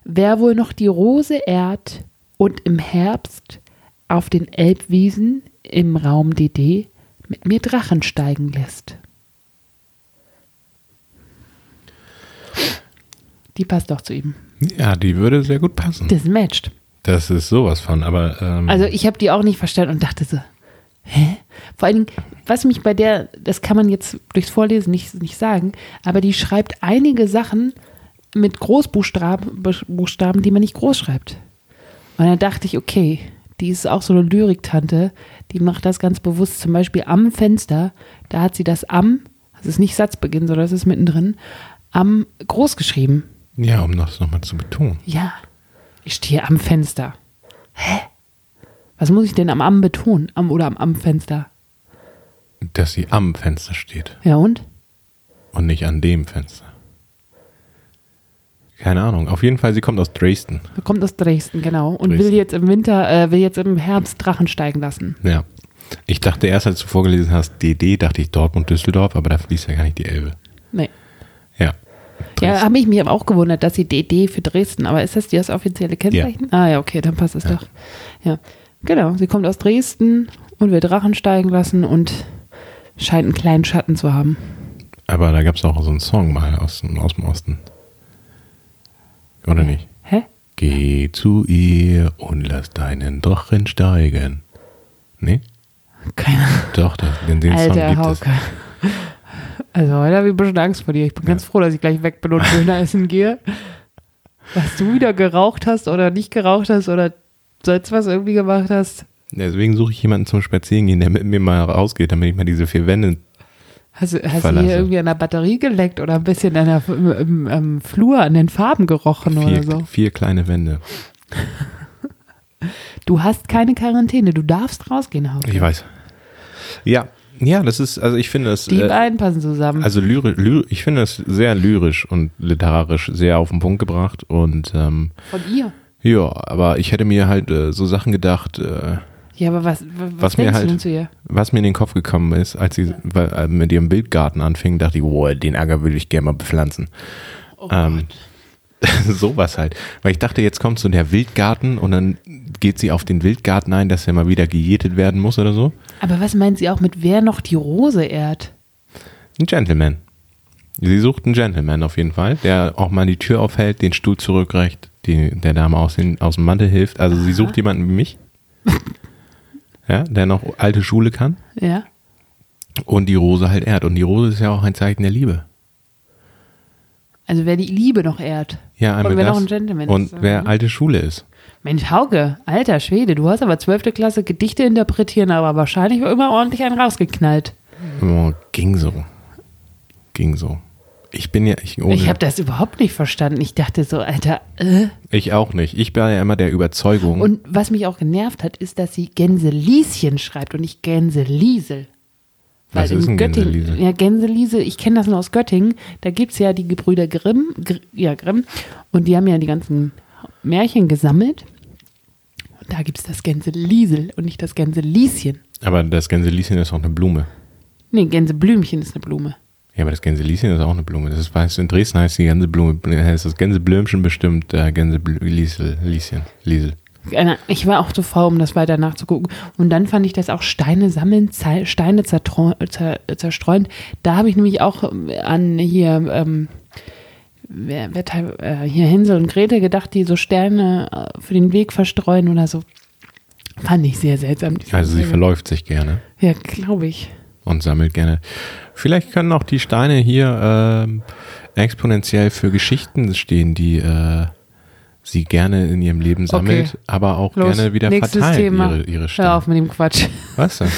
[SPEAKER 4] wer wohl noch die Rose ehrt und im Herbst auf den Elbwiesen im Raum DD mit mir Drachen steigen lässt. Die passt doch zu ihm.
[SPEAKER 3] Ja, die würde sehr gut passen.
[SPEAKER 4] Das matcht.
[SPEAKER 3] Das ist sowas von, aber ähm,
[SPEAKER 4] Also ich habe die auch nicht verstanden und dachte so, hä? Vor allen Dingen, was mich bei der, das kann man jetzt durchs Vorlesen nicht, nicht sagen, aber die schreibt einige Sachen mit Großbuchstaben, Buch- Buchstaben, die man nicht groß schreibt. Und dann dachte ich, okay, die ist auch so eine Lyriktante, die macht das ganz bewusst. Zum Beispiel am Fenster, da hat sie das am, das ist nicht Satzbeginn, sondern das ist mittendrin, am groß geschrieben.
[SPEAKER 3] ja, um das nochmal zu betonen.
[SPEAKER 4] Ja, ich stehe am Fenster. Hä? Was muss ich denn am Am betonen? Am oder am Am-Fenster?
[SPEAKER 3] Dass sie am Fenster steht
[SPEAKER 4] Ja und?
[SPEAKER 3] und nicht an dem Fenster. Keine Ahnung. Auf jeden Fall, sie kommt aus Dresden.
[SPEAKER 4] Er kommt aus Dresden, genau. Und will
[SPEAKER 3] Dresden.
[SPEAKER 4] jetzt im Winter, äh, will jetzt im Herbst Drachen steigen lassen.
[SPEAKER 3] Ja. Ich dachte erst, als du vorgelesen hast, DD, dachte ich Dortmund, Düsseldorf, aber da fließt ja gar nicht die Elbe.
[SPEAKER 4] Nee.
[SPEAKER 3] Ja.
[SPEAKER 4] Ja, habe ich mir auch gewundert, dass sie DD für Dresden, aber ist das das offizielle Kennzeichen? Ah ja, okay, dann passt das doch. Ja. Genau, sie kommt aus Dresden und will Drachen steigen lassen und scheint einen kleinen Schatten zu haben.
[SPEAKER 3] Aber da gab es auch so einen Song mal aus, dem- aus dem Osten. Oder nicht?
[SPEAKER 4] Hä?
[SPEAKER 3] Geh zu ihr und lass deinen Drachen steigen. Nee?
[SPEAKER 4] Keine Ahnung.
[SPEAKER 3] Doch, das, den, den Song
[SPEAKER 4] Alter
[SPEAKER 3] gibt es.
[SPEAKER 4] Hauke. Also heute habe ich ein bisschen Angst vor dir. Ich bin ganz froh, dass ich gleich weg bin und Döner essen gehe. Was du wieder geraucht hast oder nicht geraucht hast oder sonst was irgendwie gemacht hast,
[SPEAKER 3] Deswegen suche ich jemanden zum Spazierengehen, der mit mir mal rausgeht, damit ich mal diese vier Wände.
[SPEAKER 4] hast, du- hast du
[SPEAKER 3] Verlasse.
[SPEAKER 4] hier irgendwie an der Batterie geleckt oder ein bisschen an der, im, im, im Flur an den Farben gerochen
[SPEAKER 3] Vier,
[SPEAKER 4] oder so.
[SPEAKER 3] vier kleine Wände.
[SPEAKER 4] Du hast keine Quarantäne, du darfst rausgehen, Hauke.
[SPEAKER 3] Ich weiß. Ja, ja, das ist, also ich finde das.
[SPEAKER 4] Die
[SPEAKER 3] äh,
[SPEAKER 4] beiden passen zusammen.
[SPEAKER 3] Also lyri ly ich finde es sehr lyrisch und literarisch sehr auf den Punkt gebracht und ähm,
[SPEAKER 4] Von ihr.
[SPEAKER 3] ja, aber ich hätte mir halt äh, so Sachen gedacht, äh,
[SPEAKER 4] Ja, aber was, w- was,
[SPEAKER 3] mir
[SPEAKER 4] denkst du
[SPEAKER 3] halt-
[SPEAKER 4] denn zu ihr?
[SPEAKER 3] was mir in den Kopf gekommen ist, als sie weil, äh, mit ihrem Bildgarten anfing, dachte ich, wow, den Acker würde ich gerne mal bepflanzen. ähm, sowas halt. Weil ich dachte, jetzt kommt so der Wildgarten und dann geht sie auf den Wildgarten ein, dass er mal wieder gejätet werden muss oder so.
[SPEAKER 4] Aber was meint sie auch mit wer noch die Rose ehrt?
[SPEAKER 3] Ein Gentleman. Sie sucht einen Gentleman auf jeden Fall, der auch mal die Tür aufhält, den Stuhl zurückreicht, die, der Dame aus, den, aus dem Mantel hilft. Also sie sucht jemanden wie mich, ja, der noch alte Schule kann
[SPEAKER 4] Ja.
[SPEAKER 3] und die Rose halt ehrt. Und die Rose ist ja auch ein Zeichen der Liebe.
[SPEAKER 4] Also wer die Liebe noch ehrt.
[SPEAKER 3] Ja, einmal
[SPEAKER 4] Und wer
[SPEAKER 3] das.
[SPEAKER 4] noch ein Gentleman
[SPEAKER 3] und
[SPEAKER 4] ist.
[SPEAKER 3] wer alte Schule ist.
[SPEAKER 4] Mensch, Hauke, alter Schwede, du hast aber 12. Klasse Gedichte interpretieren, aber wahrscheinlich immer ordentlich einen rausgeknallt.
[SPEAKER 3] Oh, ging so. Ging so. Ich bin ja, ich, ohne, Hm.
[SPEAKER 4] Ich habe das überhaupt nicht verstanden. Ich dachte so, Alter, äh.
[SPEAKER 3] ich auch nicht. Ich bin ja immer der Überzeugung.
[SPEAKER 4] Und was mich auch genervt hat, ist, dass sie Gänselieschen schreibt und nicht Gänseliesel. Weil
[SPEAKER 3] Was ist
[SPEAKER 4] in
[SPEAKER 3] ein
[SPEAKER 4] Göttingen,
[SPEAKER 3] Gänseliesel?
[SPEAKER 4] Ja, Gänseliesel, ich kenne das nur aus Göttingen. Da gibt es ja die Gebrüder Grimm, Gr ja, Grimm, und die haben ja die ganzen Märchen gesammelt. Da gibt es das Gänseliesel und nicht das Gänselieschen.
[SPEAKER 3] Aber das Gänselieschen ist auch eine Blume.
[SPEAKER 4] Nee, Gänseblümchen ist eine Blume.
[SPEAKER 3] Ja, aber das Gänselieschen ist auch eine Blume. Das ist, weißt du, in Dresden heißt die Gänseblume, heißt das Gänseblümchen bestimmt äh, Gänseliesel, Lieschen, Liesel.
[SPEAKER 4] Keine- Äh, Ich war auch zu faul, um das weiter nachzugucken. Und dann fand ich das auch Steine sammeln, Ze- Steine zertro- zer zerstreuen. Da habe ich nämlich auch ähm, an hier, ähm, wer, wer, teil- äh, hier Hänsel und Grete gedacht, die so Sterne äh, für den Weg verstreuen oder so. Fand ich sehr seltsam. diese
[SPEAKER 3] Also sie
[SPEAKER 4] Serie.
[SPEAKER 3] verläuft sich gerne
[SPEAKER 4] Ja, glaube ich.
[SPEAKER 3] und sammelt gerne. Vielleicht können auch die Steine hier ähm, exponentiell für Geschichten stehen, die äh, sie gerne in ihrem Leben sammelt,
[SPEAKER 4] Okay.
[SPEAKER 3] aber auch
[SPEAKER 4] Los,
[SPEAKER 3] gerne wieder
[SPEAKER 4] nächstes
[SPEAKER 3] verteilt
[SPEAKER 4] Thema.
[SPEAKER 3] ihre, ihre Steine.
[SPEAKER 4] Hör auf mit dem Quatsch.
[SPEAKER 3] Was denn?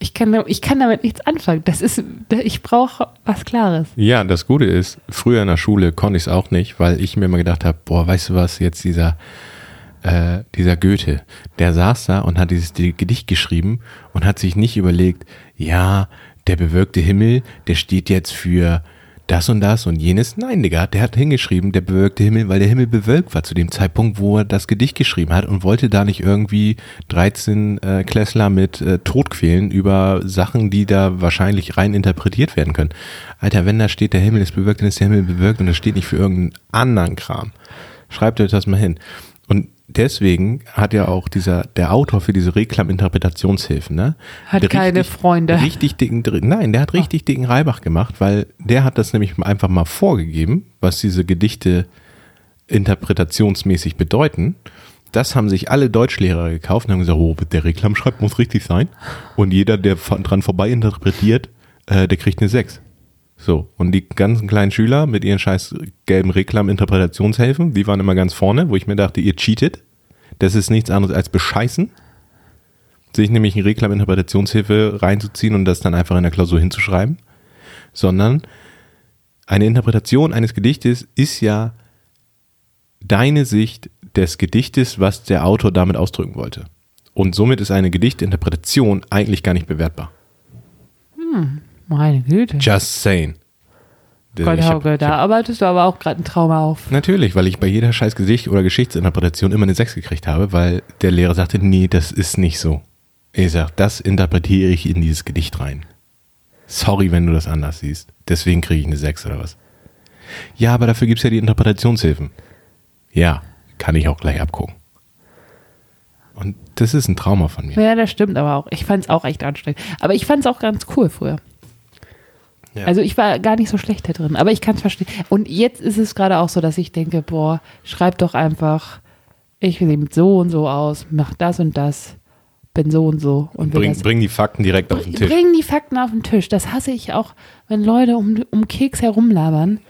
[SPEAKER 4] Ich kann, da- ich kann damit nichts anfangen. Das ist, ich brauche was Klares.
[SPEAKER 3] Ja, das Gute ist, früher in der Schule konnte ich es auch nicht, weil ich mir immer gedacht habe, boah, weißt du was, jetzt dieser, äh, dieser Goethe, der saß da und hat dieses Di- Gedicht geschrieben und hat sich nicht überlegt, ja, der bewölkte Himmel, der steht jetzt für das und das und jenes. Nein, Digga, der hat hingeschrieben, der bewölkte Himmel, weil der Himmel bewölkt war zu dem Zeitpunkt, wo er das Gedicht geschrieben hat und wollte da nicht irgendwie 13 äh, Klässler mit äh, Tod quälen über Sachen, die da wahrscheinlich rein interpretiert werden können. Alter, wenn da steht, der Himmel ist bewölkt, dann ist der Himmel bewölkt und das steht nicht für irgendeinen anderen Kram. Schreibt euch das mal hin. Und deswegen hat ja auch dieser, der Autor für diese Reklam-Interpretationshilfen, ne?
[SPEAKER 4] Hat
[SPEAKER 3] Der
[SPEAKER 4] keine Freunde. Ah.
[SPEAKER 3] Richtig dicken, Dr- nein, der hat richtig dicken Reibach gemacht, weil der hat das nämlich einfach mal vorgegeben, was diese Gedichte interpretationsmäßig bedeuten. Das haben sich alle Deutschlehrer gekauft und haben gesagt, oh, der Reklam schreibt, muss richtig sein. Und jeder, der fa- dran vorbei interpretiert, äh, der kriegt eine 6. So, und die ganzen kleinen Schüler mit ihren scheiß gelben Reklam-Interpretationshelfen, die waren immer ganz vorne, wo ich mir dachte, ihr cheatet. Das ist nichts anderes als bescheißen. Sich nämlich eine Reklam-Interpretationshilfe reinzuziehen und das dann einfach in der Klausur hinzuschreiben. Sondern eine Interpretation eines Gedichtes ist ja deine Sicht des Gedichtes, was der Autor damit ausdrücken wollte. Und somit ist eine Gedichtinterpretation eigentlich gar nicht bewertbar.
[SPEAKER 4] Meine Güte.
[SPEAKER 3] Just saying.
[SPEAKER 4] Gott,
[SPEAKER 3] Ich hab-
[SPEAKER 4] Hauke,
[SPEAKER 3] ich hab-
[SPEAKER 4] da arbeitest du aber auch gerade ein Trauma auf.
[SPEAKER 3] Natürlich, weil ich bei jeder scheiß Gesicht- oder Geschichtsinterpretation immer eine 6 gekriegt habe, weil der Lehrer sagte, nee, das ist nicht so. Ich sag, das interpretiere ich in dieses Gedicht rein. Sorry, wenn du das anders siehst. Deswegen kriege ich eine 6 oder was. Ja, aber dafür gibt es ja die Interpretationshilfen. Ja, kann ich auch gleich abgucken. Und das ist ein Trauma von mir.
[SPEAKER 4] Ja, das stimmt aber auch. Ich fand es auch echt anstrengend. Aber ich fand es auch ganz cool früher.
[SPEAKER 3] Ja.
[SPEAKER 4] Also ich war gar nicht so schlecht da drin, aber ich kann es verstehen. Und jetzt ist es gerade auch so, dass ich denke, boah, schreib doch einfach, ich sehe so und so aus, mach das und das, bin so und so und will
[SPEAKER 3] Bring,
[SPEAKER 4] das
[SPEAKER 3] bring die Fakten direkt auf den Tisch.
[SPEAKER 4] Bringen die Fakten auf den Tisch. Das hasse ich auch, wenn Leute um, um Keks herumlabern.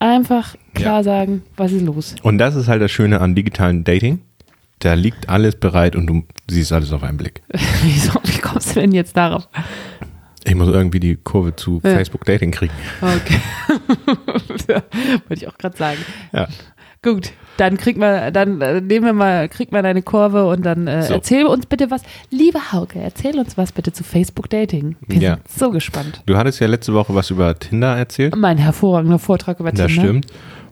[SPEAKER 4] Einfach klar
[SPEAKER 3] Ja.
[SPEAKER 4] sagen, was ist los.
[SPEAKER 3] Und das ist halt das Schöne an digitalen Dating. Da liegt alles bereit und du siehst alles auf einen Blick.
[SPEAKER 4] Wieso, wie kommst du denn jetzt darauf?
[SPEAKER 3] Ich muss irgendwie die Kurve zu
[SPEAKER 4] Ja.
[SPEAKER 3] Facebook Dating kriegen.
[SPEAKER 4] Okay. Wollte ich auch gerade sagen.
[SPEAKER 3] Ja.
[SPEAKER 4] Gut, dann kriegt man, dann äh, nehmen wir mal, kriegt man eine Kurve und dann äh,
[SPEAKER 3] So.
[SPEAKER 4] erzähl uns bitte was. Liebe Hauke, erzähl uns was bitte zu Facebook Dating. Wir
[SPEAKER 3] Ja.
[SPEAKER 4] sind so gespannt.
[SPEAKER 3] Du hattest ja letzte Woche was über Tinder erzählt.
[SPEAKER 4] Mein hervorragender Vortrag über Tinder.
[SPEAKER 3] Das stimmt.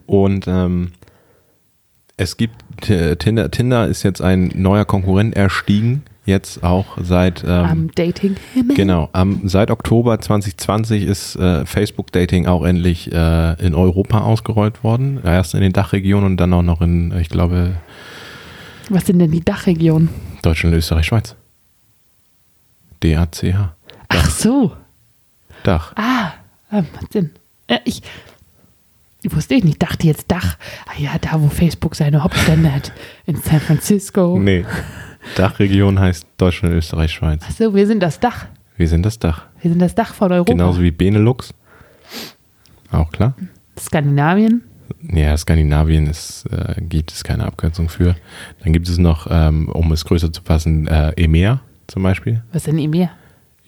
[SPEAKER 3] Und ähm, es gibt T- Tinder. Tinder ist jetzt ein neuer Konkurrent erstiegen. Jetzt auch seit ähm,
[SPEAKER 4] Am Dating Himmel.
[SPEAKER 3] genau am, seit Oktober 2020 ist äh, Facebook Dating auch endlich äh, in Europa ausgerollt worden. Erst in den Dachregionen und dann auch noch in, ich glaube,
[SPEAKER 4] Was sind denn die Dachregionen?
[SPEAKER 3] Deutschland, Österreich, Schweiz. DACH.
[SPEAKER 4] Ach so.
[SPEAKER 3] Dach.
[SPEAKER 4] Ah, ah, macht Sinn. Äh, ich wusste ich nicht, dachte jetzt Dach. Ah ja, da wo Facebook seine Hauptstände hat. In San Francisco.
[SPEAKER 3] Nee. Dachregion heißt Deutschland, Österreich, Schweiz.
[SPEAKER 4] Ach so, wir sind das Dach.
[SPEAKER 3] Wir sind das Dach.
[SPEAKER 4] Wir sind das Dach von Europa.
[SPEAKER 3] Genauso wie Benelux. Auch klar.
[SPEAKER 4] Skandinavien.
[SPEAKER 3] Ja, Skandinavien ist, äh, gibt es keine Abkürzung für. Dann gibt es noch, ähm, um es größer zu fassen, äh, EMEA zum Beispiel.
[SPEAKER 4] Was sind EMEA?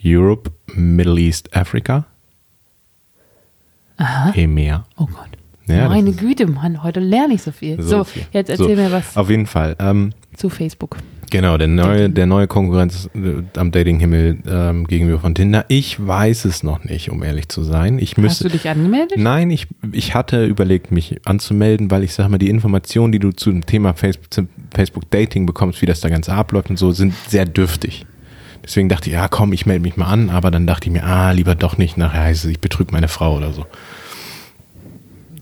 [SPEAKER 3] Europe, Middle East, Africa. E Aha. EMEA.
[SPEAKER 4] Oh Gott.
[SPEAKER 3] Ja, das
[SPEAKER 4] Meine
[SPEAKER 3] ist-
[SPEAKER 4] Güte, Mann, heute lerne ich so viel. So,
[SPEAKER 3] viel.
[SPEAKER 4] jetzt erzähl
[SPEAKER 3] So,
[SPEAKER 4] mir was
[SPEAKER 3] Auf jeden Fall. Ähm,
[SPEAKER 4] zu Facebook.
[SPEAKER 3] Genau, der neue, der neue Konkurrenz äh, am Datinghimmel ähm, gegenüber von Tinder. Ich weiß es noch nicht, um ehrlich zu sein. Ich
[SPEAKER 4] Hast
[SPEAKER 3] müsste.
[SPEAKER 4] du dich angemeldet?
[SPEAKER 3] Nein, ich, ich hatte überlegt, mich anzumelden, weil ich sag mal, die Informationen, die du zu dem Thema Facebook, zum Facebook Dating bekommst, wie das da ganz abläuft und so, sind sehr dürftig. Deswegen dachte ich, ja komm, ich melde mich mal an, aber dann dachte ich mir, ah, lieber doch nicht, nachher heißt es, ich betrüge meine Frau oder so.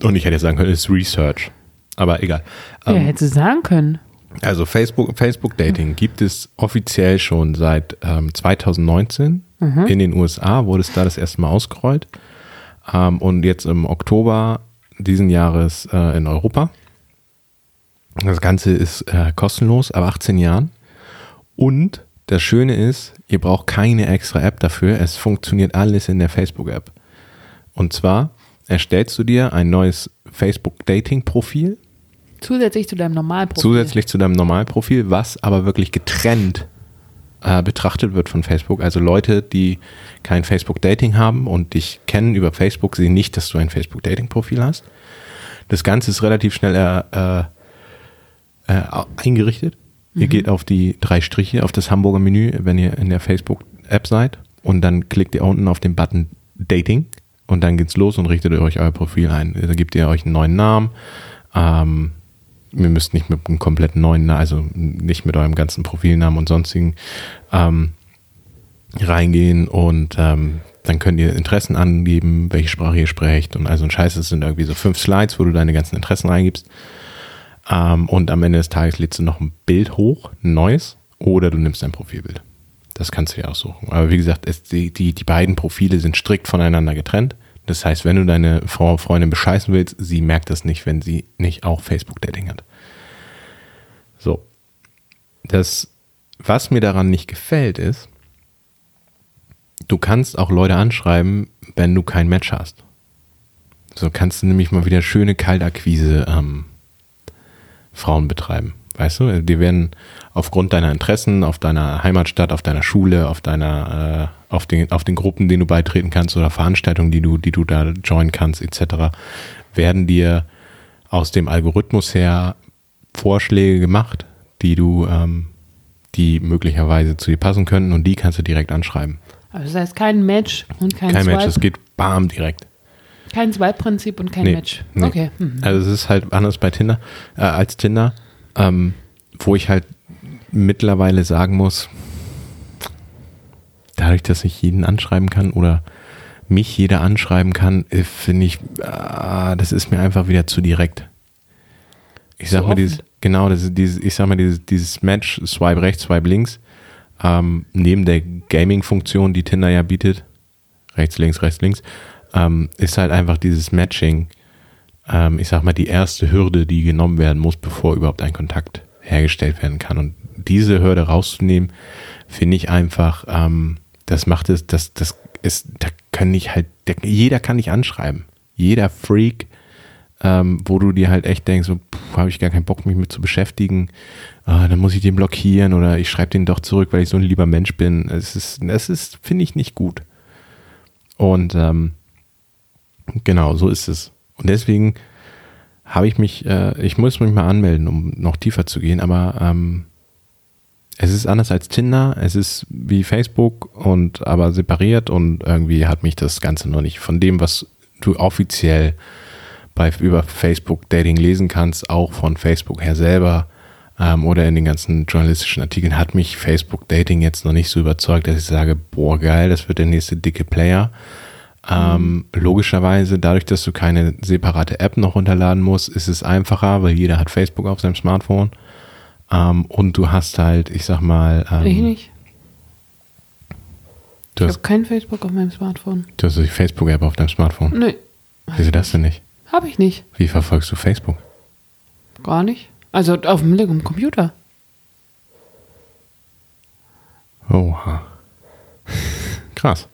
[SPEAKER 3] Und ich hätte sagen können, es ist Research. Aber egal.
[SPEAKER 4] Ja,
[SPEAKER 3] Ähm,
[SPEAKER 4] hättest du sagen können.
[SPEAKER 3] also Facebook, Facebook Dating gibt es offiziell schon seit ähm, 2019. In den USA wurde es da das erste Mal ausgerollt. Ähm, und jetzt im Oktober diesen Jahres äh, in Europa. Das Ganze ist äh, kostenlos ab 18 Jahren. Und das Schöne ist, ihr braucht keine extra App dafür. Es funktioniert alles in der Facebook-App. Und zwar erstellst du dir ein neues Facebook-Dating-Profil.
[SPEAKER 4] Zusätzlich zu deinem Normalprofil.
[SPEAKER 3] Zusätzlich zu deinem Normalprofil, was aber wirklich getrennt äh, betrachtet wird von Facebook. Also Leute, die kein Facebook-Dating haben und dich kennen über Facebook, sehen nicht, dass du ein Facebook-Dating-Profil hast. Das Ganze ist relativ schnell äh, äh, äh, au- eingerichtet. Ihr geht auf die drei Striche, auf das Hamburger Menü, wenn ihr in der Facebook-App seid. Und dann klickt ihr unten auf den Button Dating. Und dann geht's los und richtet euch euer Profil ein. Da gebt ihr euch einen neuen Namen. Ähm, ihr müsst nicht mit einem komplett neuen, Na- also nicht mit eurem ganzen Profilnamen und sonstigen ähm, reingehen und ähm, dann könnt ihr Interessen angeben, welche Sprache ihr sprecht und also ein Scheiß, es sind irgendwie so fünf Slides, wo du deine ganzen Interessen eingibst. Ähm, und am Ende des Tages lädst du noch ein Bild hoch, ein neues, oder du nimmst ein Profilbild. Das kannst du dir aussuchen. Aber wie gesagt, es, die, die, die beiden Profile sind strikt voneinander getrennt. Das heißt, wenn du deine Frau, Freundin bescheißen willst, sie merkt das nicht, wenn sie nicht auch Facebook-Dating hat. So. Das, was mir daran nicht gefällt, ist, du kannst auch Leute anschreiben, wenn du kein Match hast. So kannst du nämlich mal wieder schöne Kaltakquise ähm, Frauen betreiben. Weißt du, die werden aufgrund deiner Interessen, auf deiner Heimatstadt, auf deiner Schule, auf deiner, äh, auf den, auf den Gruppen, denen du beitreten kannst oder Veranstaltungen, die du, die du da joinen kannst, etc., werden dir aus dem Algorithmus her Vorschläge gemacht, die du, ähm, die möglicherweise zu dir passen könnten und die kannst du direkt anschreiben.
[SPEAKER 4] Also das heißt kein Match und kein,
[SPEAKER 3] Kein Match,
[SPEAKER 4] Swipe.
[SPEAKER 3] es geht bam direkt.
[SPEAKER 4] Kein Swipe-Prinzip und kein
[SPEAKER 3] Nee,
[SPEAKER 4] Match.
[SPEAKER 3] nee.
[SPEAKER 4] Okay. Hm.
[SPEAKER 3] Also es ist halt anders bei Tinder äh, als Tinder, ähm, wo ich halt mittlerweile sagen muss, dadurch, dass ich jeden anschreiben kann oder mich jeder anschreiben kann, äh, finde ich, ah, das ist mir einfach wieder zu direkt. Ich sag
[SPEAKER 4] Zu
[SPEAKER 3] mal
[SPEAKER 4] offen.
[SPEAKER 3] dieses, genau, das ist dieses, ich sag mal dieses, dieses Match, Swipe rechts, Swipe links, ähm, neben der Gaming-Funktion, die Tinder ja bietet, rechts, links, rechts, links, ähm, ist halt einfach dieses Matching, ähm, ich sag mal, die erste Hürde, die genommen werden muss, bevor überhaupt ein Kontakt hergestellt werden kann. Und diese Hürde rauszunehmen, finde ich einfach, ähm, das macht es, das, das ist, da kann ich halt, der, jeder kann dich anschreiben. Jeder Freak, ähm, wo du dir halt echt denkst, so, habe ich gar keinen Bock, mich mit zu beschäftigen. Ah, dann muss ich den blockieren oder ich schreibe den doch zurück, weil ich so ein lieber Mensch bin. Es ist, das ist, finde ich nicht gut. Und ähm, genau, so ist es. Und deswegen habe ich mich, äh, ich muss mich mal anmelden, um noch tiefer zu gehen, aber ähm, es ist anders als Tinder, es ist wie Facebook und aber separiert und irgendwie hat mich das Ganze noch nicht von dem, was du offiziell bei über Facebook Dating lesen kannst, auch von Facebook her selber ähm, oder in den ganzen journalistischen Artikeln, hat mich Facebook Dating jetzt noch nicht so überzeugt, dass ich sage, boah geil, das wird der nächste dicke Player. Ähm, logischerweise, dadurch, dass du keine separate App noch runterladen musst, ist es einfacher, weil jeder hat Facebook auf seinem Smartphone. Ähm, und du hast halt, ich sag mal, ähm,
[SPEAKER 4] Ich nicht.
[SPEAKER 3] du
[SPEAKER 4] Ich
[SPEAKER 3] hast,
[SPEAKER 4] habe kein Facebook auf meinem Smartphone.
[SPEAKER 3] du hast die Facebook-App auf deinem Smartphone.
[SPEAKER 4] Nö,
[SPEAKER 3] Wieso das denn nicht?
[SPEAKER 4] habe ich nicht.
[SPEAKER 3] Wie verfolgst du Facebook?
[SPEAKER 4] Gar nicht. Also auf dem Lego Computer.
[SPEAKER 3] Oha. Krass.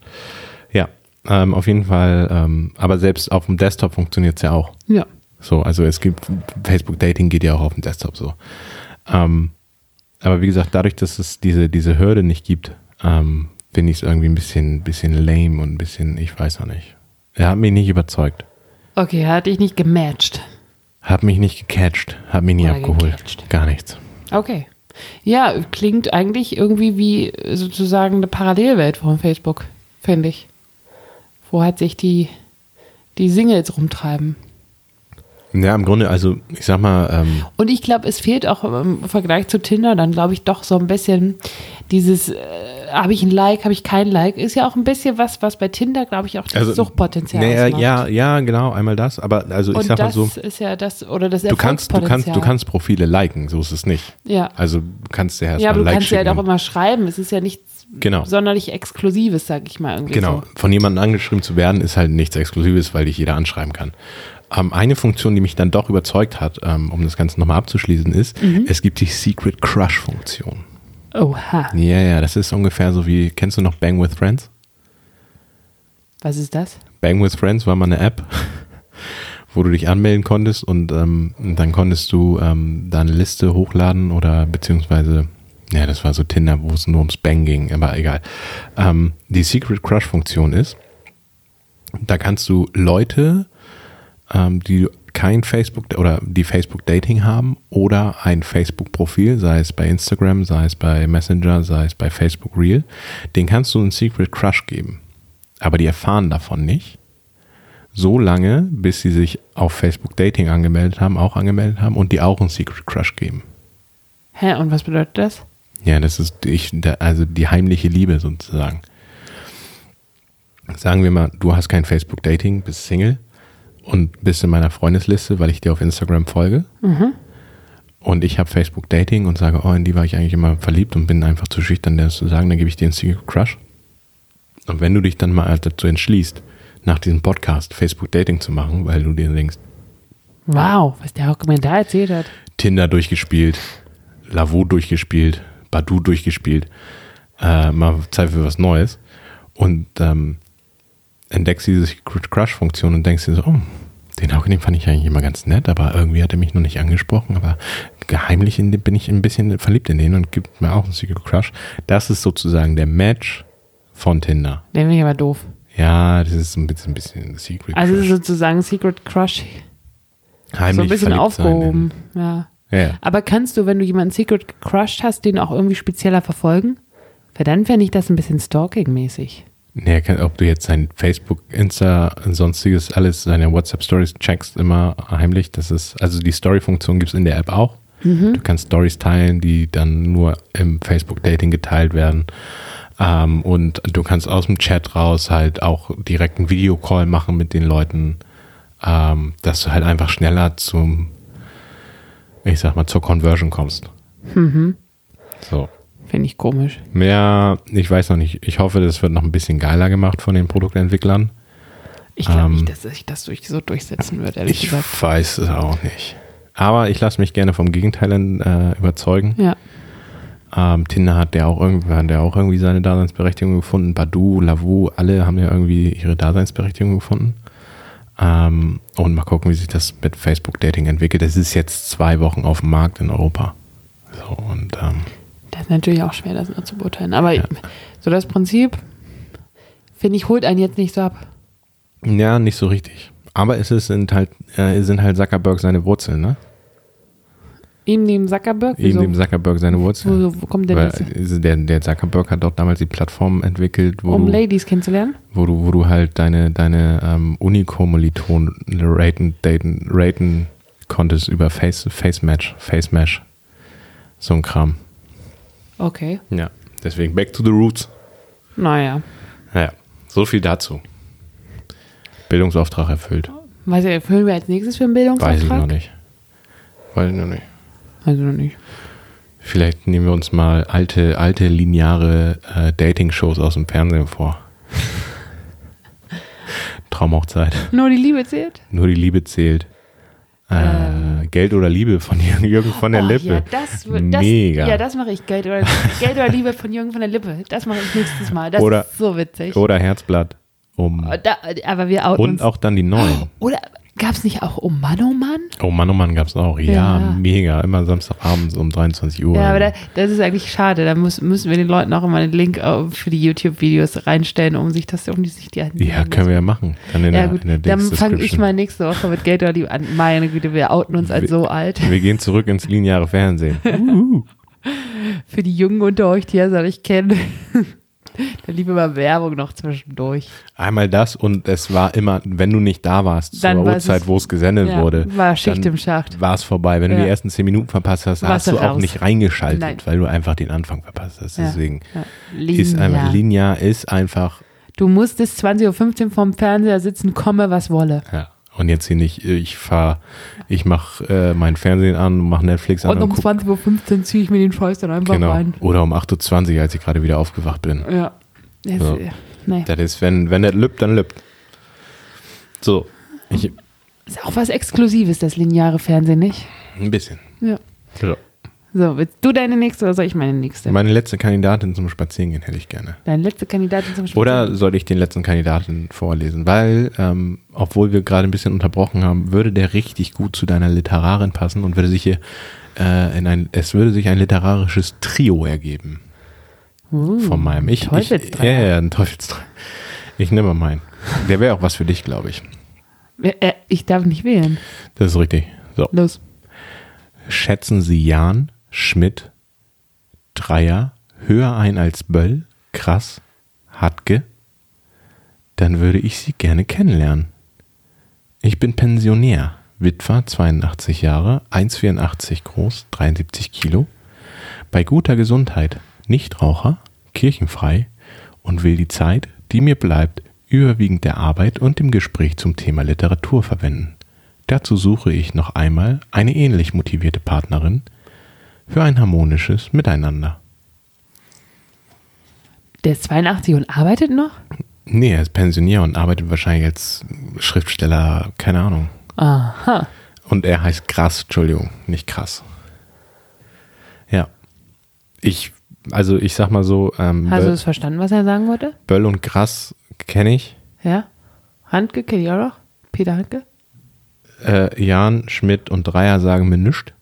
[SPEAKER 3] Ja, ähm, auf jeden Fall. Ähm, aber selbst auf dem Desktop funktioniert's ja auch.
[SPEAKER 4] Ja.
[SPEAKER 3] So, also es gibt Facebook Dating geht ja auch auf dem Desktop so. Ähm, aber wie gesagt, dadurch, dass es diese, diese Hürde nicht gibt, ähm, finde ich es irgendwie ein bisschen, bisschen lame und ein bisschen, ich weiß noch nicht. Er hat mich nicht überzeugt.
[SPEAKER 4] Okay, hatte ich nicht gematcht.
[SPEAKER 3] Hat mich nicht gecatcht, hat mich nie
[SPEAKER 4] Oder
[SPEAKER 3] abgeholt.
[SPEAKER 4] gecatcht.
[SPEAKER 3] Gar nichts.
[SPEAKER 4] Okay. Ja, klingt eigentlich irgendwie wie äh, sozusagen eine Parallelwelt von Facebook, finde ich. Wo halt sich die, die Singles rumtreiben.
[SPEAKER 3] Ja, im Grunde, also ich sag mal, ähm,
[SPEAKER 4] Und ich glaube, es fehlt auch im Vergleich zu Tinder dann, glaube ich, doch so ein bisschen dieses, äh, habe ich ein Like, habe ich kein Like, ist ja auch ein bisschen was, was bei Tinder, glaube ich, auch das
[SPEAKER 3] also,
[SPEAKER 4] Suchtpotenzial
[SPEAKER 3] naja,
[SPEAKER 4] ausmacht.
[SPEAKER 3] ja, ja, genau, einmal das, aber also ich
[SPEAKER 4] Und
[SPEAKER 3] sag mal
[SPEAKER 4] das
[SPEAKER 3] so,
[SPEAKER 4] ist ja das, oder das
[SPEAKER 3] du kannst, du kannst, du
[SPEAKER 4] Erfolgspotenzial.
[SPEAKER 3] kannst Profile liken, so ist es nicht.
[SPEAKER 4] Ja.
[SPEAKER 3] Also du kannst dir erstmal
[SPEAKER 4] Ja, aber
[SPEAKER 3] ein
[SPEAKER 4] du
[SPEAKER 3] Like
[SPEAKER 4] kannst ja
[SPEAKER 3] schicken.
[SPEAKER 4] halt auch immer schreiben. Es ist ja nichts
[SPEAKER 3] Genau.
[SPEAKER 4] sonderlich Exklusives, sag ich mal irgendwie.
[SPEAKER 3] Genau,
[SPEAKER 4] So.
[SPEAKER 3] von jemandem angeschrieben zu werden, ist halt nichts Exklusives, weil dich jeder anschreiben kann. Ähm, eine Funktion, die mich dann doch überzeugt hat, ähm, um das Ganze nochmal abzuschließen, ist,
[SPEAKER 4] Mhm.
[SPEAKER 3] es gibt die Secret Crush-Funktion.
[SPEAKER 4] Oha.
[SPEAKER 3] Ja, ja, das ist ungefähr so wie, kennst du noch Bang with Friends?
[SPEAKER 4] Was ist das?
[SPEAKER 3] Bang with Friends war mal eine App, wo du dich anmelden konntest und ähm, dann konntest du ähm, deine Liste hochladen oder beziehungsweise, ja, das war so Tinder, wo es nur ums Bang ging, aber egal. Ähm, die Secret Crush-Funktion ist, da kannst du Leute, ähm, die kein Facebook oder die Facebook Dating haben oder ein Facebook Profil, sei es bei Instagram, sei es bei Messenger, sei es bei Facebook Reel, den kannst du einen Secret Crush geben. Aber die erfahren davon nicht. So lange, bis sie sich auf Facebook Dating angemeldet haben, auch angemeldet haben und die auch einen Secret Crush geben.
[SPEAKER 4] Hä, und was bedeutet das?
[SPEAKER 3] Ja, das ist ich, da- also die heimliche Liebe sozusagen. Sagen wir mal, du hast kein Facebook-Dating, bist Single und bist in meiner Freundesliste, weil ich dir auf Instagram folge. Und ich habe Facebook-Dating und sage, oh, in die war ich eigentlich immer verliebt und bin einfach zu schüchtern, dir das zu sagen, dann gebe ich dir einen Single Crush. Und wenn du dich dann mal also dazu entschließt, nach diesem Podcast Facebook-Dating zu machen, weil du dir denkst,
[SPEAKER 4] Wow, was der Hauke mir da erzählt hat.
[SPEAKER 3] Tinder durchgespielt, Lavo durchgespielt, Badu durchgespielt. Äh, mal Zeit für was Neues. Und ähm, entdeckst diese Secret Crush-Funktion und denkst dir so, oh, den Hauke, den fand ich eigentlich immer ganz nett, aber irgendwie hat er mich noch nicht angesprochen, aber geheimlich in den, bin ich ein bisschen verliebt in den und gibt mir auch einen Secret Crush. Das ist sozusagen der Match von Tinder.
[SPEAKER 4] Den finde ich aber doof.
[SPEAKER 3] Ja, das ist ein bisschen, ein bisschen Secret
[SPEAKER 4] Also es ist
[SPEAKER 3] Crush.
[SPEAKER 4] sozusagen Secret Crush.
[SPEAKER 3] Heimlich
[SPEAKER 4] so ein bisschen
[SPEAKER 3] verliebt sein in-
[SPEAKER 4] aufgehoben. Ja.
[SPEAKER 3] Ja, ja.
[SPEAKER 4] Aber kannst du, wenn du jemanden Secret gecrushed hast, den auch irgendwie spezieller verfolgen? Weil dann fände ich das ein bisschen stalking-mäßig.
[SPEAKER 3] Naja, kann- ob du jetzt sein Facebook, Insta, sonstiges alles, seine WhatsApp-Stories checkst immer heimlich. Das ist, also die Story-Funktion gibt es in der App auch. Du kannst Stories teilen, die dann nur im Facebook-Dating geteilt werden. Ähm, und du kannst aus dem Chat raus halt auch direkt einen Videocall machen mit den Leuten, ähm, dass du halt einfach schneller zum, ich sag mal, zur Conversion kommst. So.
[SPEAKER 4] Finde ich komisch.
[SPEAKER 3] Ja, ich weiß noch nicht. Ich hoffe, das wird noch ein bisschen geiler gemacht von den Produktentwicklern.
[SPEAKER 4] Ich glaube
[SPEAKER 3] Ähm,
[SPEAKER 4] nicht, dass ich das durch, so durchsetzen würde, ehrlich
[SPEAKER 3] Ich
[SPEAKER 4] gesagt.
[SPEAKER 3] weiß es auch nicht. Aber ich lasse mich gerne vom Gegenteil äh, überzeugen.
[SPEAKER 4] Ja.
[SPEAKER 3] Ähm, Tinder hat der auch irgendwie, hat der auch irgendwie seine Daseinsberechtigung gefunden. Badu, Lavu, alle haben ja irgendwie ihre Daseinsberechtigung gefunden. Ähm, und mal gucken, wie sich das mit Facebook Dating entwickelt. Es ist jetzt zwei Wochen auf dem Markt in Europa. So, und ähm,
[SPEAKER 4] Das ist natürlich auch schwer, das nur zu beurteilen. Aber so das Prinzip, finde ich, holt einen jetzt nicht so ab.
[SPEAKER 3] ja, nicht so richtig. Aber es ist, sind halt, äh, sind halt Zuckerberg seine Wurzeln, ne?
[SPEAKER 4] Ihm neben Zuckerberg?
[SPEAKER 3] Eben
[SPEAKER 4] wieso?
[SPEAKER 3] dem Zuckerberg seine Wurzeln.
[SPEAKER 4] Wo- wo kommt der
[SPEAKER 3] Weil,
[SPEAKER 4] nächste?
[SPEAKER 3] äh, der, der Zuckerberg hat doch damals die Plattform entwickelt, wo,
[SPEAKER 4] um
[SPEAKER 3] du,
[SPEAKER 4] Ladies kennenzulernen?
[SPEAKER 3] wo, du, wo du halt deine, deine ähm, Unikommilitonen raten, daten, raten konntest über Face, Face Match, Face Match. So ein Kram.
[SPEAKER 4] Okay.
[SPEAKER 3] Ja, deswegen back to the roots.
[SPEAKER 4] Naja.
[SPEAKER 3] Naja, so viel dazu. Bildungsauftrag erfüllt.
[SPEAKER 4] Weiß ich, erfüllen wir als nächstes für einen
[SPEAKER 3] Weiß ich
[SPEAKER 4] Bildungsauftrag?
[SPEAKER 3] noch nicht. Weiß ich noch nicht.
[SPEAKER 4] Also noch nicht.
[SPEAKER 3] Vielleicht nehmen wir uns mal alte, alte lineare äh, Dating-Shows aus dem Fernsehen vor. Traumhochzeit.
[SPEAKER 4] Nur die Liebe zählt?
[SPEAKER 3] Nur die Liebe zählt. Äh, Geld oder Liebe von Jürgen von der
[SPEAKER 4] Ähm. Oh,
[SPEAKER 3] Lippe.
[SPEAKER 4] Ja, das, wür- das,
[SPEAKER 3] Mega.
[SPEAKER 4] Ja, das mache ich. Geld oder, Geld oder Liebe von Jürgen von der Lippe. Das mache ich nächstes Mal. Das
[SPEAKER 3] Oder-
[SPEAKER 4] ist so witzig.
[SPEAKER 3] oder Herzblatt. Um.
[SPEAKER 4] Da, aber wir outen
[SPEAKER 3] Und
[SPEAKER 4] Äh, uns. Oh.
[SPEAKER 3] auch dann die neuen.
[SPEAKER 4] Oder gab es nicht auch Oh Mann, oh Mann?
[SPEAKER 3] Oh Mann, oh Mann, gab's auch. Ja,
[SPEAKER 4] Ja.
[SPEAKER 3] mega. Immer Samstagabends um 23 Uhr.
[SPEAKER 4] Ja, aber da, das ist eigentlich schade. Da muss, müssen wir den Leuten auch immer einen Link äh, für die YouTube-Videos reinstellen, um sich das, um die sich die
[SPEAKER 3] ja, können wir ja machen. Dann in
[SPEAKER 4] Ja,
[SPEAKER 3] der,
[SPEAKER 4] gut,
[SPEAKER 3] in der
[SPEAKER 4] dann
[SPEAKER 3] Dings-
[SPEAKER 4] fange ich
[SPEAKER 3] Description.
[SPEAKER 4] mal nächste Woche mit Geld oder Liebe an. Meine Güte, wir outen uns als so alt.
[SPEAKER 3] Wir gehen zurück ins lineare Fernsehen. Uhu.
[SPEAKER 4] Für die Jungen unter euch, die das noch nicht kennen, da liebe mal Werbung noch zwischendurch.
[SPEAKER 3] Einmal das und es war immer, wenn du nicht da warst,
[SPEAKER 4] Dann
[SPEAKER 3] zur
[SPEAKER 4] war
[SPEAKER 3] Uhrzeit,
[SPEAKER 4] es-
[SPEAKER 3] wo es gesendet
[SPEAKER 4] Ja,
[SPEAKER 3] wurde,
[SPEAKER 4] war Schicht
[SPEAKER 3] dann
[SPEAKER 4] im Schacht.
[SPEAKER 3] war es vorbei. Wenn du
[SPEAKER 4] Ja.
[SPEAKER 3] die ersten zehn Minuten verpasst hast,
[SPEAKER 4] Warst
[SPEAKER 3] hast du
[SPEAKER 4] du
[SPEAKER 3] auch
[SPEAKER 4] raus.
[SPEAKER 3] nicht reingeschaltet,
[SPEAKER 4] Nein.
[SPEAKER 3] weil du einfach den Anfang verpasst hast.
[SPEAKER 4] Ja.
[SPEAKER 3] Deswegen
[SPEAKER 4] Ja.
[SPEAKER 3] ist einfach
[SPEAKER 4] Linear.
[SPEAKER 3] linear, ist einfach,
[SPEAKER 4] Du musstest 20.15 Uhr vorm Fernseher sitzen, komme, was wolle.
[SPEAKER 3] ja. Und jetzt hier nicht, äh, ich fahr, ich mach äh, mein Fernsehen an, mach Netflix an
[SPEAKER 4] Und um
[SPEAKER 3] guck-
[SPEAKER 4] 20.15 Uhr ziehe ich mir den Scheiß dann einfach
[SPEAKER 3] genau.
[SPEAKER 4] rein.
[SPEAKER 3] Oder um 8.20 Uhr, als ich gerade wieder aufgewacht bin.
[SPEAKER 4] Ja. Es, äh,
[SPEAKER 3] So.
[SPEAKER 4] Nee.
[SPEAKER 3] Das ist, wenn, wenn das lübt, dann lübt. So, ich,
[SPEAKER 4] Ist auch was Exklusives, das lineare Fernsehen, nicht?
[SPEAKER 3] ein bisschen.
[SPEAKER 4] Ja.
[SPEAKER 3] So.
[SPEAKER 4] So, willst du deine nächste oder soll ich meine nächste?
[SPEAKER 3] Meine letzte Kandidatin zum Spazierengehen hätte ich gerne.
[SPEAKER 4] Deine letzte Kandidatin zum Spiel.
[SPEAKER 3] Oder soll ich den letzten Kandidaten vorlesen? Weil, ähm, obwohl wir gerade ein bisschen unterbrochen haben, würde der richtig gut zu deiner Literarin passen und würde sich hier äh, in ein, es würde sich ein literarisches Trio ergeben
[SPEAKER 4] Uh,
[SPEAKER 3] von meinem. Ich, ich,
[SPEAKER 4] Teufelsdreieck.
[SPEAKER 3] ja, ja, ein Teufelsdreieck. Ich nehme mal meinen. Der wäre auch was für dich, glaube ich.
[SPEAKER 4] Äh, ich darf nicht wählen.
[SPEAKER 3] Das ist richtig. So.
[SPEAKER 4] Los.
[SPEAKER 3] Schätzen Sie Jan, Schmidt, Dreier höher ein als Böll, Krass, Hatke? Dann würde ich Sie gerne kennenlernen. Ich bin Pensionär, Witwer, 82 Jahre, 1,84 groß, 73 Kilo, bei guter Gesundheit, Nichtraucher, kirchenfrei und will die Zeit, die mir bleibt, überwiegend der Arbeit und dem Gespräch zum Thema Literatur verwenden. Dazu suche ich noch einmal eine ähnlich motivierte Partnerin für ein harmonisches Miteinander.
[SPEAKER 4] Der ist 82 und arbeitet noch?
[SPEAKER 3] Nee, er ist Pensionier und arbeitet wahrscheinlich als Schriftsteller, keine Ahnung.
[SPEAKER 4] Aha.
[SPEAKER 3] Und er heißt Krass, Entschuldigung, nicht krass. Ja. Ich, also ich sag mal so, ähm,
[SPEAKER 4] Hast du
[SPEAKER 3] Böll,
[SPEAKER 4] Also es verstanden, was er sagen wollte?
[SPEAKER 3] Böll und Krass kenne ich.
[SPEAKER 4] Ja? Handke, kennt ihr auch noch? Peter Handke?
[SPEAKER 3] Äh, Jan, Schmidt und Dreier sagen mir nichts.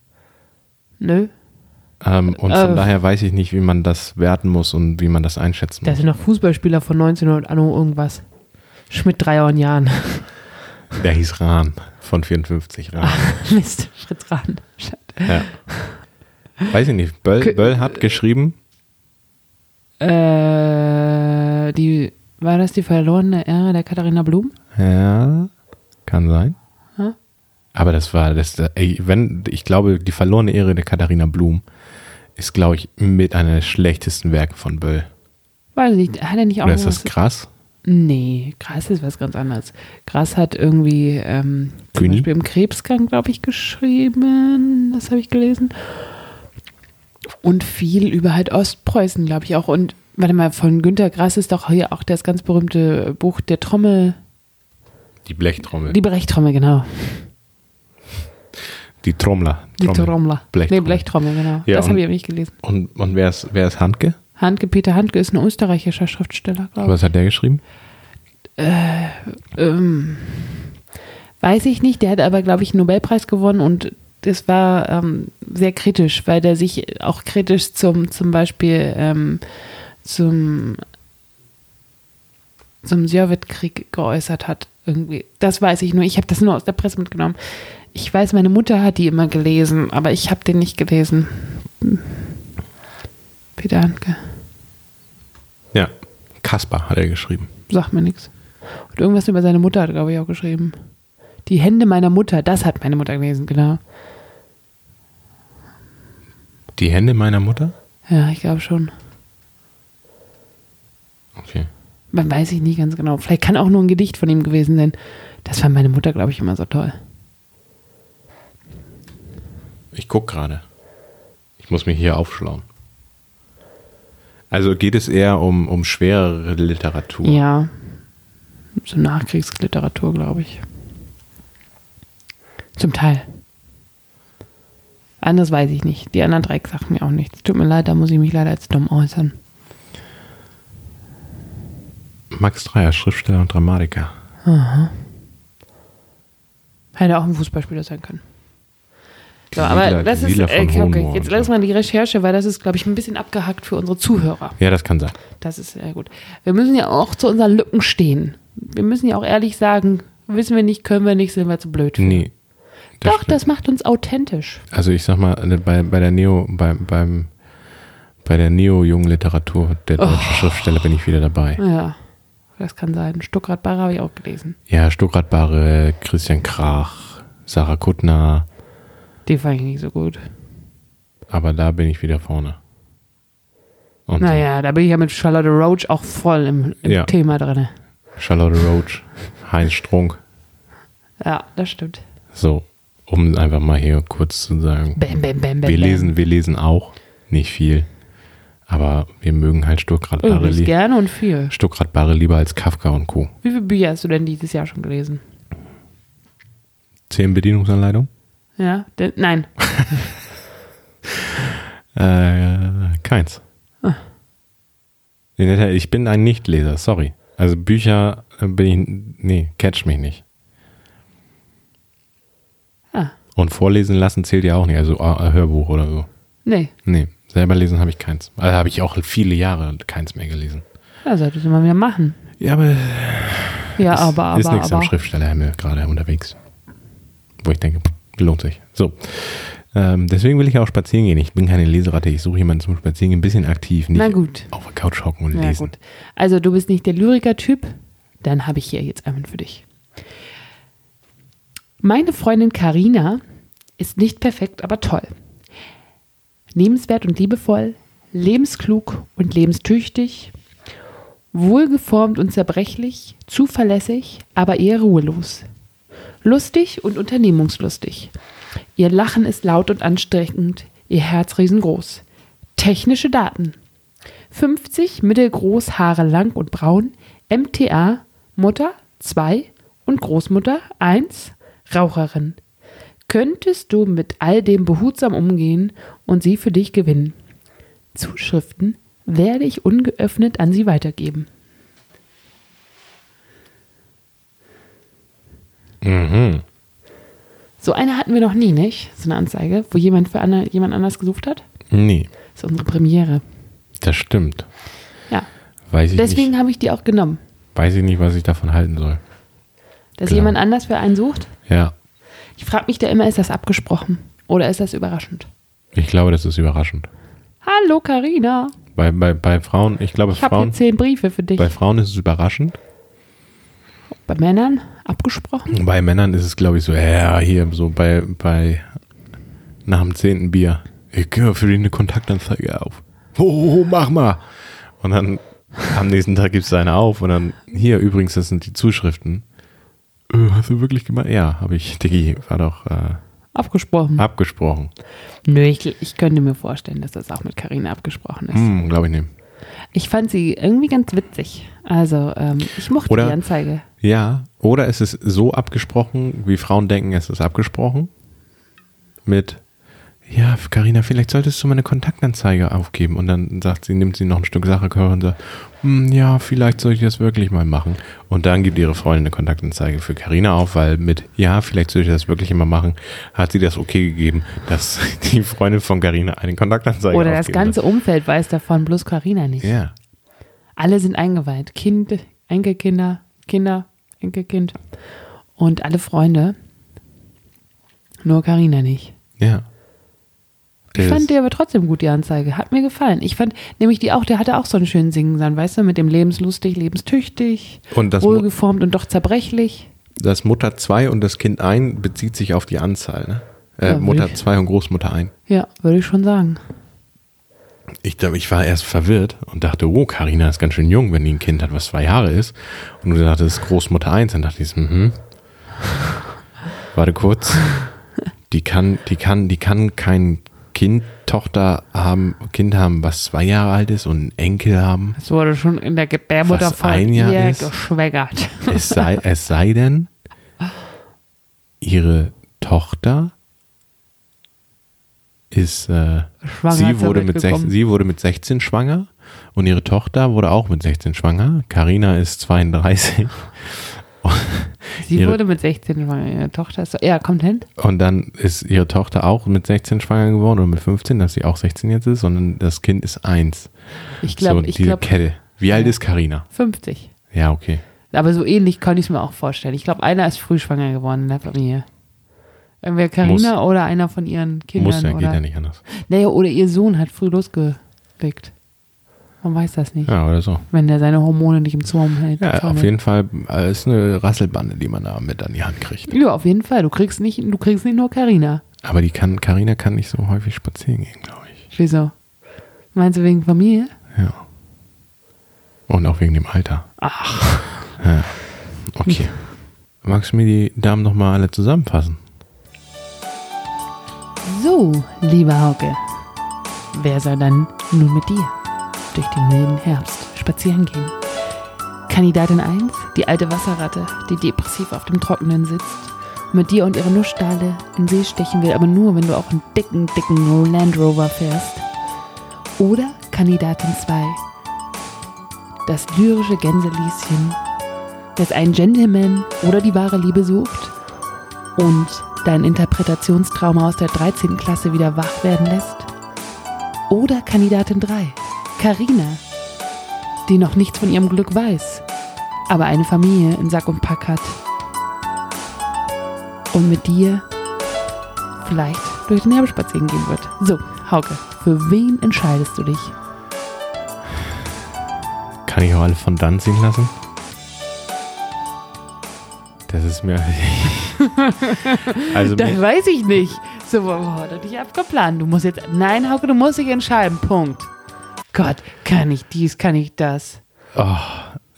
[SPEAKER 4] Nö.
[SPEAKER 3] Ähm, und von
[SPEAKER 4] Äh.
[SPEAKER 3] daher weiß ich nicht, wie man das werten muss und wie man das einschätzen
[SPEAKER 4] Das
[SPEAKER 3] muss.
[SPEAKER 4] sind noch Fußballspieler von 1900 Anno irgendwas. Schmidt Dreier und Jahren.
[SPEAKER 3] Der hieß Rahn von 54 Rahn.
[SPEAKER 4] Mist, Fritz Rahn. Schade.
[SPEAKER 3] Ja. Weiß ich nicht. Böll,
[SPEAKER 4] Kö-
[SPEAKER 3] Böll hat geschrieben,
[SPEAKER 4] Äh, die, war das die verlorene Ära der Katharina Blum?
[SPEAKER 3] ja, kann sein.
[SPEAKER 4] Ja.
[SPEAKER 3] Aber das war, das, äh, ey, wenn, ich glaube, die verlorene Ehre der Katharina Blum ist, glaube ich, mit einer der schlechtesten Werke von Böll.
[SPEAKER 4] Weiß ich nicht. Hat er nicht auch
[SPEAKER 3] Oder ist
[SPEAKER 4] was-
[SPEAKER 3] das krass?
[SPEAKER 4] Nee, Gras ist was ganz anderes. Gras hat irgendwie ähm, zum
[SPEAKER 3] Güni?
[SPEAKER 4] Beispiel im Krebskrank, glaube ich, geschrieben. Das habe ich gelesen. Und viel über halt Ostpreußen, glaube ich auch. Und warte mal, von Günter Grass ist doch hier auch das ganz berühmte Buch der Trommel,
[SPEAKER 3] Die Blechtrommel.
[SPEAKER 4] die Brechtrommel, genau.
[SPEAKER 3] Die Trommler.
[SPEAKER 4] Die
[SPEAKER 3] Trommel.
[SPEAKER 4] Trommler.
[SPEAKER 3] Blechtrommel.
[SPEAKER 4] Nee, Blechtrommel, genau.
[SPEAKER 3] Ja,
[SPEAKER 4] das
[SPEAKER 3] und-
[SPEAKER 4] habe ich nicht gelesen.
[SPEAKER 3] Und, und wer ist, wer ist Handke?
[SPEAKER 4] Handke, Peter Handke ist ein österreichischer Schriftsteller, glaube ich.
[SPEAKER 3] Was hat der geschrieben?
[SPEAKER 4] Ähm, weiß ich nicht. Der hat aber, glaube ich, einen Nobelpreis gewonnen und das war ähm, sehr kritisch, weil der sich auch kritisch zum, zum Beispiel ähm, zum, zum Sowjetkrieg geäußert hat. Irgendwie. Das weiß ich nur. Ich habe das nur aus der Presse mitgenommen. Ich weiß, meine Mutter hat die immer gelesen, aber ich habe den nicht gelesen. Hm. Peter Handke,
[SPEAKER 3] Ja. Kaspar hat er geschrieben.
[SPEAKER 4] sagt mir nichts. Und irgendwas über seine Mutter hat, glaube ich, auch geschrieben. Die Hände meiner Mutter, das hat meine Mutter gelesen, genau.
[SPEAKER 3] Die Hände meiner Mutter?
[SPEAKER 4] Ja, ich glaube schon.
[SPEAKER 3] Okay.
[SPEAKER 4] Man weiß ich nicht ganz genau. Vielleicht kann auch nur ein Gedicht von ihm gewesen sein. Das fand meine Mutter, glaube ich, immer so toll.
[SPEAKER 3] Ich guck gerade. Ich muss mich hier aufschlauen. Also geht es eher um, um schwerere Literatur.
[SPEAKER 4] Ja. So Nachkriegsliteratur, glaube ich. Zum Teil. Anders weiß ich nicht. Die anderen Dreck sagen mir auch nichts. Tut mir leid, da muss ich mich leider als dumm äußern.
[SPEAKER 3] Max Dreyer, Schriftsteller und Dramatiker.
[SPEAKER 4] Hätte auch ein Fußballspieler sein können. So,
[SPEAKER 3] Die
[SPEAKER 4] aber
[SPEAKER 3] Siedler-
[SPEAKER 4] das
[SPEAKER 3] die
[SPEAKER 4] ist,
[SPEAKER 3] Siedler
[SPEAKER 4] äh,
[SPEAKER 3] von
[SPEAKER 4] okay,
[SPEAKER 3] Hohenmoor
[SPEAKER 4] jetzt
[SPEAKER 3] und
[SPEAKER 4] lass
[SPEAKER 3] so.
[SPEAKER 4] mal die Recherche, weil das ist, glaube ich, ein bisschen abgehackt für unsere Zuhörer.
[SPEAKER 3] Ja, das kann sein.
[SPEAKER 4] Das ist sehr gut. Wir müssen ja auch zu unseren Lücken stehen. Wir müssen ja auch ehrlich sagen, wissen wir nicht, können wir nicht, sind wir zu blöd.
[SPEAKER 3] Nee.
[SPEAKER 4] Doch,
[SPEAKER 3] stimmt.
[SPEAKER 4] das macht uns authentisch.
[SPEAKER 3] Also ich sag mal, äh, bei, bei der Neo, bei, beim Bei der neo-jungen Literatur der
[SPEAKER 4] Oh.
[SPEAKER 3] deutschen Schriftsteller bin ich wieder dabei.
[SPEAKER 4] Ja, das kann sein. Stuckrad Barre habe ich auch gelesen.
[SPEAKER 3] Ja, Stuckrad Barre, Christian Krach, Sarah Kuttner,
[SPEAKER 4] Die fand ich nicht so gut.
[SPEAKER 3] aber da bin ich wieder vorne. Und
[SPEAKER 4] Naja, da bin ich ja mit Charlotte Roach auch voll im, im
[SPEAKER 3] Ja.
[SPEAKER 4] Thema drin.
[SPEAKER 3] Charlotte Roach, Heinz Strunk.
[SPEAKER 4] Ja, das stimmt.
[SPEAKER 3] So, um einfach mal hier kurz zu sagen.
[SPEAKER 4] Bam, bam, bam, bam.
[SPEAKER 3] Wir
[SPEAKER 4] bam.
[SPEAKER 3] lesen, wir lesen auch nicht viel. Aber wir mögen halt Stuckrad
[SPEAKER 4] Oh,
[SPEAKER 3] Barre
[SPEAKER 4] das
[SPEAKER 3] li
[SPEAKER 4] gerne und viel.
[SPEAKER 3] Stuckrad Barre lieber als Kafka und Co.
[SPEAKER 4] Wie viele Bücher hast du denn dieses Jahr schon gelesen?
[SPEAKER 3] Zehn Bedienungsanleitungen?
[SPEAKER 4] Ja, denn, nein.
[SPEAKER 3] Äh, keins.
[SPEAKER 4] Ah.
[SPEAKER 3] In der Tat, Ich bin ein Nichtleser, sorry. Also Bücher äh, bin ich. Nee, catch mich nicht.
[SPEAKER 4] Ah.
[SPEAKER 3] Und vorlesen lassen zählt ja auch nicht, also äh, Hörbuch oder so.
[SPEAKER 4] Nee,
[SPEAKER 3] Nee, selber lesen habe ich keins. Also habe ich auch viele Jahre keins mehr gelesen.
[SPEAKER 4] da solltest du mal wieder machen.
[SPEAKER 3] Ja, aber
[SPEAKER 4] Ja,
[SPEAKER 3] ist,
[SPEAKER 4] aber, aber,
[SPEAKER 3] ist nichts am
[SPEAKER 4] aber.
[SPEAKER 3] Schriftstellerhimmel gerade unterwegs. Wo ich denke, lohnt sich. So. Ähm, deswegen will ich auch spazieren gehen. Ich bin keine Leseratte. Ich suche jemanden zum Spazieren, gehen, ein bisschen aktiv, nicht
[SPEAKER 4] Na gut.
[SPEAKER 3] auf der Couch hocken und
[SPEAKER 4] Na
[SPEAKER 3] lesen.
[SPEAKER 4] gut. Also, du bist nicht der Lyriker-Typ. Dann habe ich hier jetzt einen für dich. Meine Freundin Karina ist nicht perfekt, aber toll. Liebenswert und liebevoll, lebensklug und lebenstüchtig, wohlgeformt und zerbrechlich, zuverlässig, aber eher ruhelos. Lustig und unternehmungslustig. Ihr Lachen ist laut und anstrengend, ihr Herz riesengroß. Technische Daten. 50, mittelgroß, Haare lang und braun, MTA, Mutter 2 und Großmutter 1, Raucherin. Könntest du mit all dem behutsam umgehen und sie für dich gewinnen? Zuschriften werde ich ungeöffnet an sie weitergeben. So eine hatten wir noch nie, nicht? So eine Anzeige, wo jemand für andere, jemand anders gesucht hat.
[SPEAKER 3] Nee,
[SPEAKER 4] Das ist unsere Premiere.
[SPEAKER 3] das stimmt.
[SPEAKER 4] Ja.
[SPEAKER 3] Weiß ich, nicht,
[SPEAKER 4] Deswegen habe ich die auch genommen.
[SPEAKER 3] weiß ich nicht, was ich davon halten soll.
[SPEAKER 4] Dass
[SPEAKER 3] Genau.
[SPEAKER 4] jemand anders für einen sucht.
[SPEAKER 3] Ja,
[SPEAKER 4] Ich frage mich da immer, ist das abgesprochen oder ist das überraschend?
[SPEAKER 3] ich glaube, das ist überraschend.
[SPEAKER 4] Hallo Karina,
[SPEAKER 3] Bei, bei, bei Frauen, ich glaube,
[SPEAKER 4] ich habe
[SPEAKER 3] Frauen,
[SPEAKER 4] hier zehn Briefe für dich.
[SPEAKER 3] bei
[SPEAKER 4] Bei,
[SPEAKER 3] Frauen ist es überraschend.
[SPEAKER 4] Männern abgesprochen?
[SPEAKER 3] Bei Männern ist es, glaube ich, so, ja, hier, so bei, bei nach dem zehnten Bier. Ich gebe für den eine Kontaktanzeige auf. Ho, ho, ho, mach mal. Und dann am nächsten Tag gibst du eine auf und dann, hier übrigens, das sind die Zuschriften. Äh, hast du wirklich gemacht? Ja, habe ich, Diggi, war doch äh,
[SPEAKER 4] Abgesprochen.
[SPEAKER 3] abgesprochen.
[SPEAKER 4] Nö, ich, ich könnte mir vorstellen, dass das auch mit Karina abgesprochen ist.
[SPEAKER 3] Hm, glaube ich nicht.
[SPEAKER 4] Ich fand sie irgendwie ganz witzig. Also ähm, ich mochte
[SPEAKER 3] Oder-
[SPEAKER 4] die Anzeige.
[SPEAKER 3] Ja, oder es ist so abgesprochen, wie Frauen denken, es ist abgesprochen? Mit, ja, Karina, vielleicht solltest du meine Kontaktanzeige aufgeben. Und dann sagt sie, nimmt sie noch ein Stück Sache und sagt, "Hm, ja, vielleicht soll ich das wirklich mal machen. Und dann gibt ihre Freundin eine Kontaktanzeige für Karina auf, weil mit, ja, vielleicht soll ich das wirklich mal machen, hat sie das okay gegeben, dass die Freundin von Karina eine Kontaktanzeige
[SPEAKER 4] Oder das
[SPEAKER 3] aufgeben
[SPEAKER 4] ganze Umfeld weiß davon, bloß Karina nicht.
[SPEAKER 3] soll. Ja,
[SPEAKER 4] Alle sind eingeweiht. Kind, Enkelkinder, Kinder, Enkelkind und alle Freunde. Nur Karina nicht.
[SPEAKER 3] ja.
[SPEAKER 4] Ich
[SPEAKER 3] Das-
[SPEAKER 4] fand die aber trotzdem gut, die Anzeige. Hat mir gefallen. Ich fand nämlich die auch, der hatte auch so einen schönen Singen, weißt du, mit dem lebenslustig, lebenstüchtig,
[SPEAKER 3] Und das-
[SPEAKER 4] wohlgeformt und doch zerbrechlich.
[SPEAKER 3] das Mutter 2 und das Kind 1 bezieht sich auf die Anzahl, ne? Äh,
[SPEAKER 4] Ja,
[SPEAKER 3] Mutter
[SPEAKER 4] wirklich.
[SPEAKER 3] 2 und Großmutter 1.
[SPEAKER 4] Ja, würde ich schon sagen.
[SPEAKER 3] Ich, glaub, ich war erst verwirrt und dachte, oh, Karina ist ganz schön jung, wenn die ein Kind hat, was zwei Jahre ist. Und du dachtest, Großmutter 1, dann dachte ich, so, mhm. Warte kurz. Die kann, die kann, die kann kein Kind, Tochter haben, Kind haben, was zwei Jahre alt ist und einen Enkel haben.
[SPEAKER 4] Es wurde schon in der Gebärmutter
[SPEAKER 3] Was ein Jahr
[SPEAKER 4] ihr
[SPEAKER 3] ist.
[SPEAKER 4] geschwägert.
[SPEAKER 3] Es sei, es sei denn, ihre Tochter ist, äh,
[SPEAKER 4] Schwanger
[SPEAKER 3] sie,
[SPEAKER 4] zur
[SPEAKER 3] wurde
[SPEAKER 4] Welt
[SPEAKER 3] mit 16,
[SPEAKER 4] gekommen.
[SPEAKER 3] sie wurde mit 16 schwanger und ihre Tochter wurde auch mit 16 schwanger. Karina ist 32
[SPEAKER 4] Sie
[SPEAKER 3] Ihre-
[SPEAKER 4] wurde mit 16 schwanger. Ihre Tochter ist so, ja, kommt hin.
[SPEAKER 3] und dann ist ihre Tochter auch mit 16 schwanger geworden oder mit 15, dass sie auch 16 jetzt ist, sondern das Kind ist eins.
[SPEAKER 4] Ich glaube,
[SPEAKER 3] so,
[SPEAKER 4] ich
[SPEAKER 3] diese
[SPEAKER 4] glaube
[SPEAKER 3] Kette. Wie alt ist Karina?
[SPEAKER 4] 50.
[SPEAKER 3] Ja, okay.
[SPEAKER 4] Aber so ähnlich kann ich es mir auch vorstellen. Ich glaube, einer ist früh schwanger geworden in der Familie. Entweder Karina oder einer von ihren Kindern.
[SPEAKER 3] Muss ja,
[SPEAKER 4] oder,
[SPEAKER 3] geht ja nicht anders.
[SPEAKER 4] Naja, oder ihr Sohn hat früh losge liegt. Man weiß das nicht.
[SPEAKER 3] Ja, oder so.
[SPEAKER 4] Wenn der seine Hormone nicht im Zaum hält.
[SPEAKER 3] Ja,
[SPEAKER 4] Zaum
[SPEAKER 3] auf
[SPEAKER 4] hält.
[SPEAKER 3] jeden Fall äh, ist eine Rasselbande, die man da mit an die Hand kriegt.
[SPEAKER 4] Ja, auf jeden Fall. Du kriegst nicht, du kriegst nicht nur Karina.
[SPEAKER 3] Aber die kann, Carina kann nicht so häufig spazieren gehen, glaube ich.
[SPEAKER 4] Wieso? Meinst du wegen Familie?
[SPEAKER 3] Ja. Und auch wegen dem Alter. Ach. Ja. Okay. Magst du mir die Damen nochmal alle zusammenfassen?
[SPEAKER 4] So, lieber Hauke, wer soll dann nun mit dir durch den milden Herbst spazieren gehen? Kandidatin 1, die alte Wasserratte, die depressiv auf dem Trockenen sitzt, mit dir und ihrer Nussstale in See stechen will, aber nur, wenn du auch einen dicken, dicken Land Rover fährst. Oder Kandidatin 2, das lyrische Gänselieschen, das einen Gentleman oder die wahre Liebe sucht und dein Interpretationstrauma aus der 13. Klasse wieder wach werden lässt? Oder Kandidatin 3, Karina, die noch nichts von ihrem Glück weiß, aber eine Familie in Sack und Pack hat und mit dir vielleicht durch den Herbst spazieren gehen wird. So, Hauke, für wen entscheidest du dich?
[SPEAKER 3] Kann ich auch alle von dann ziehen lassen? Das ist mir. also, mir,
[SPEAKER 4] weiß ich nicht. So, boah, das dich abgeplant. Du musst jetzt, nein, Hauke, du musst dich entscheiden. Punkt. Gott, kann ich dies, kann ich das?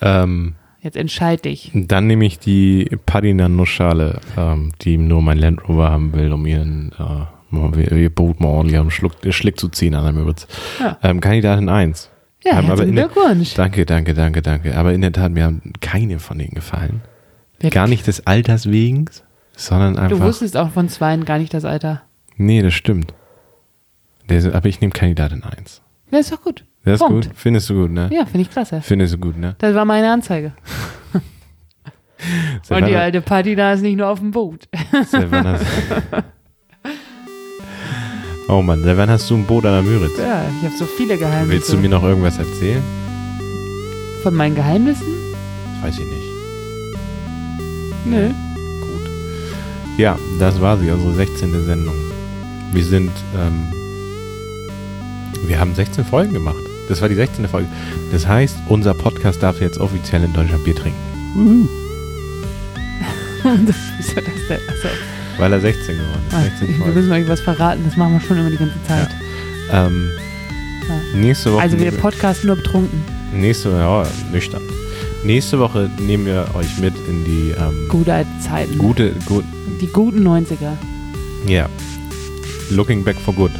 [SPEAKER 3] ähm,
[SPEAKER 4] Jetzt entscheid dich.
[SPEAKER 3] dann nehme ich die Padina Nussschale, ähm, die nur mein Land Rover haben will, um ihren. Äh, mal- ihr Boot mal ordentlich am Schluck, Schlick zu ziehen an der Müritz.
[SPEAKER 4] Ja.
[SPEAKER 3] Ähm, Kandidatin 1.
[SPEAKER 4] Ja,
[SPEAKER 3] Ähm, aber
[SPEAKER 4] herzlichen
[SPEAKER 3] in der-
[SPEAKER 4] Glückwunsch.
[SPEAKER 3] Danke, danke, danke, danke. Aber in der Tat, mir haben keine von denen gefallen.
[SPEAKER 4] Wirklich?
[SPEAKER 3] Gar nicht des Alters wegen, sondern
[SPEAKER 4] Du
[SPEAKER 3] einfach.
[SPEAKER 4] wusstest auch von zweien gar nicht das Alter.
[SPEAKER 3] Nee, das stimmt. Der, aber ich nehme Kandidatin 1.
[SPEAKER 4] Ja, ist doch gut.
[SPEAKER 3] Das ist
[SPEAKER 4] Punkt.
[SPEAKER 3] gut. Findest du gut, ne?
[SPEAKER 4] Ja, finde ich klasse.
[SPEAKER 3] Findest du gut, ne?
[SPEAKER 4] Das war meine Anzeige. Und die alte Party da ist nicht nur auf dem Boot.
[SPEAKER 3] Silvan, oh Mann, Silvan, hast du ein Boot an der Müritz?
[SPEAKER 4] Ja, ich habe so viele Geheimnisse.
[SPEAKER 3] Willst du mir noch irgendwas erzählen?
[SPEAKER 4] Von meinen Geheimnissen?
[SPEAKER 3] Weiß ich nicht.
[SPEAKER 4] Nö.
[SPEAKER 3] Gut. Ja, das war sie, unsere 16. Sendung. Wir sind, ähm, wir haben 16 Folgen gemacht. Das war die 16. Folge. Das heißt, unser Podcast darf jetzt offiziell in Deutschland Bier trinken,
[SPEAKER 4] Das, wieso das denn? Also,
[SPEAKER 3] weil er 16 geworden
[SPEAKER 4] Ah,
[SPEAKER 3] ist. 16
[SPEAKER 4] wir
[SPEAKER 3] Folgen.
[SPEAKER 4] müssen euch was verraten. Das machen wir schon immer die ganze Zeit.
[SPEAKER 3] Ähm, nächste Woche.
[SPEAKER 4] Also wir podcasten nur betrunken.
[SPEAKER 3] Nächste ja, nüchtern. Nächste Woche nehmen wir euch mit in die ähm,
[SPEAKER 4] Gute alte Zeiten.
[SPEAKER 3] gute, gut,
[SPEAKER 4] Die guten 90er.
[SPEAKER 3] ja, looking back for good.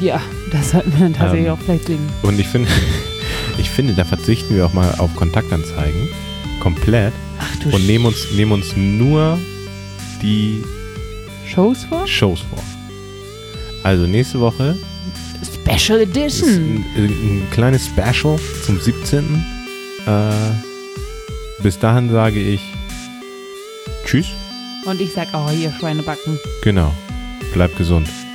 [SPEAKER 4] Ja, das sollten wir dann tatsächlich
[SPEAKER 3] Ähm.
[SPEAKER 4] auch vielleicht singen.
[SPEAKER 3] Und ich finde, ich finde, da verzichten wir auch mal auf Kontaktanzeigen komplett
[SPEAKER 4] Ach du
[SPEAKER 3] und nehmen uns, nehmen uns nur die
[SPEAKER 4] Shows vor?
[SPEAKER 3] Shows vor. Also nächste Woche
[SPEAKER 4] Special
[SPEAKER 3] ist
[SPEAKER 4] Edition.
[SPEAKER 3] ein, ein kleines Special zum 17. Äh, bis dahin sage ich Tschüss.
[SPEAKER 4] Und ich sag auch hier oh, Schweinebacken.
[SPEAKER 3] Genau. Bleibt gesund.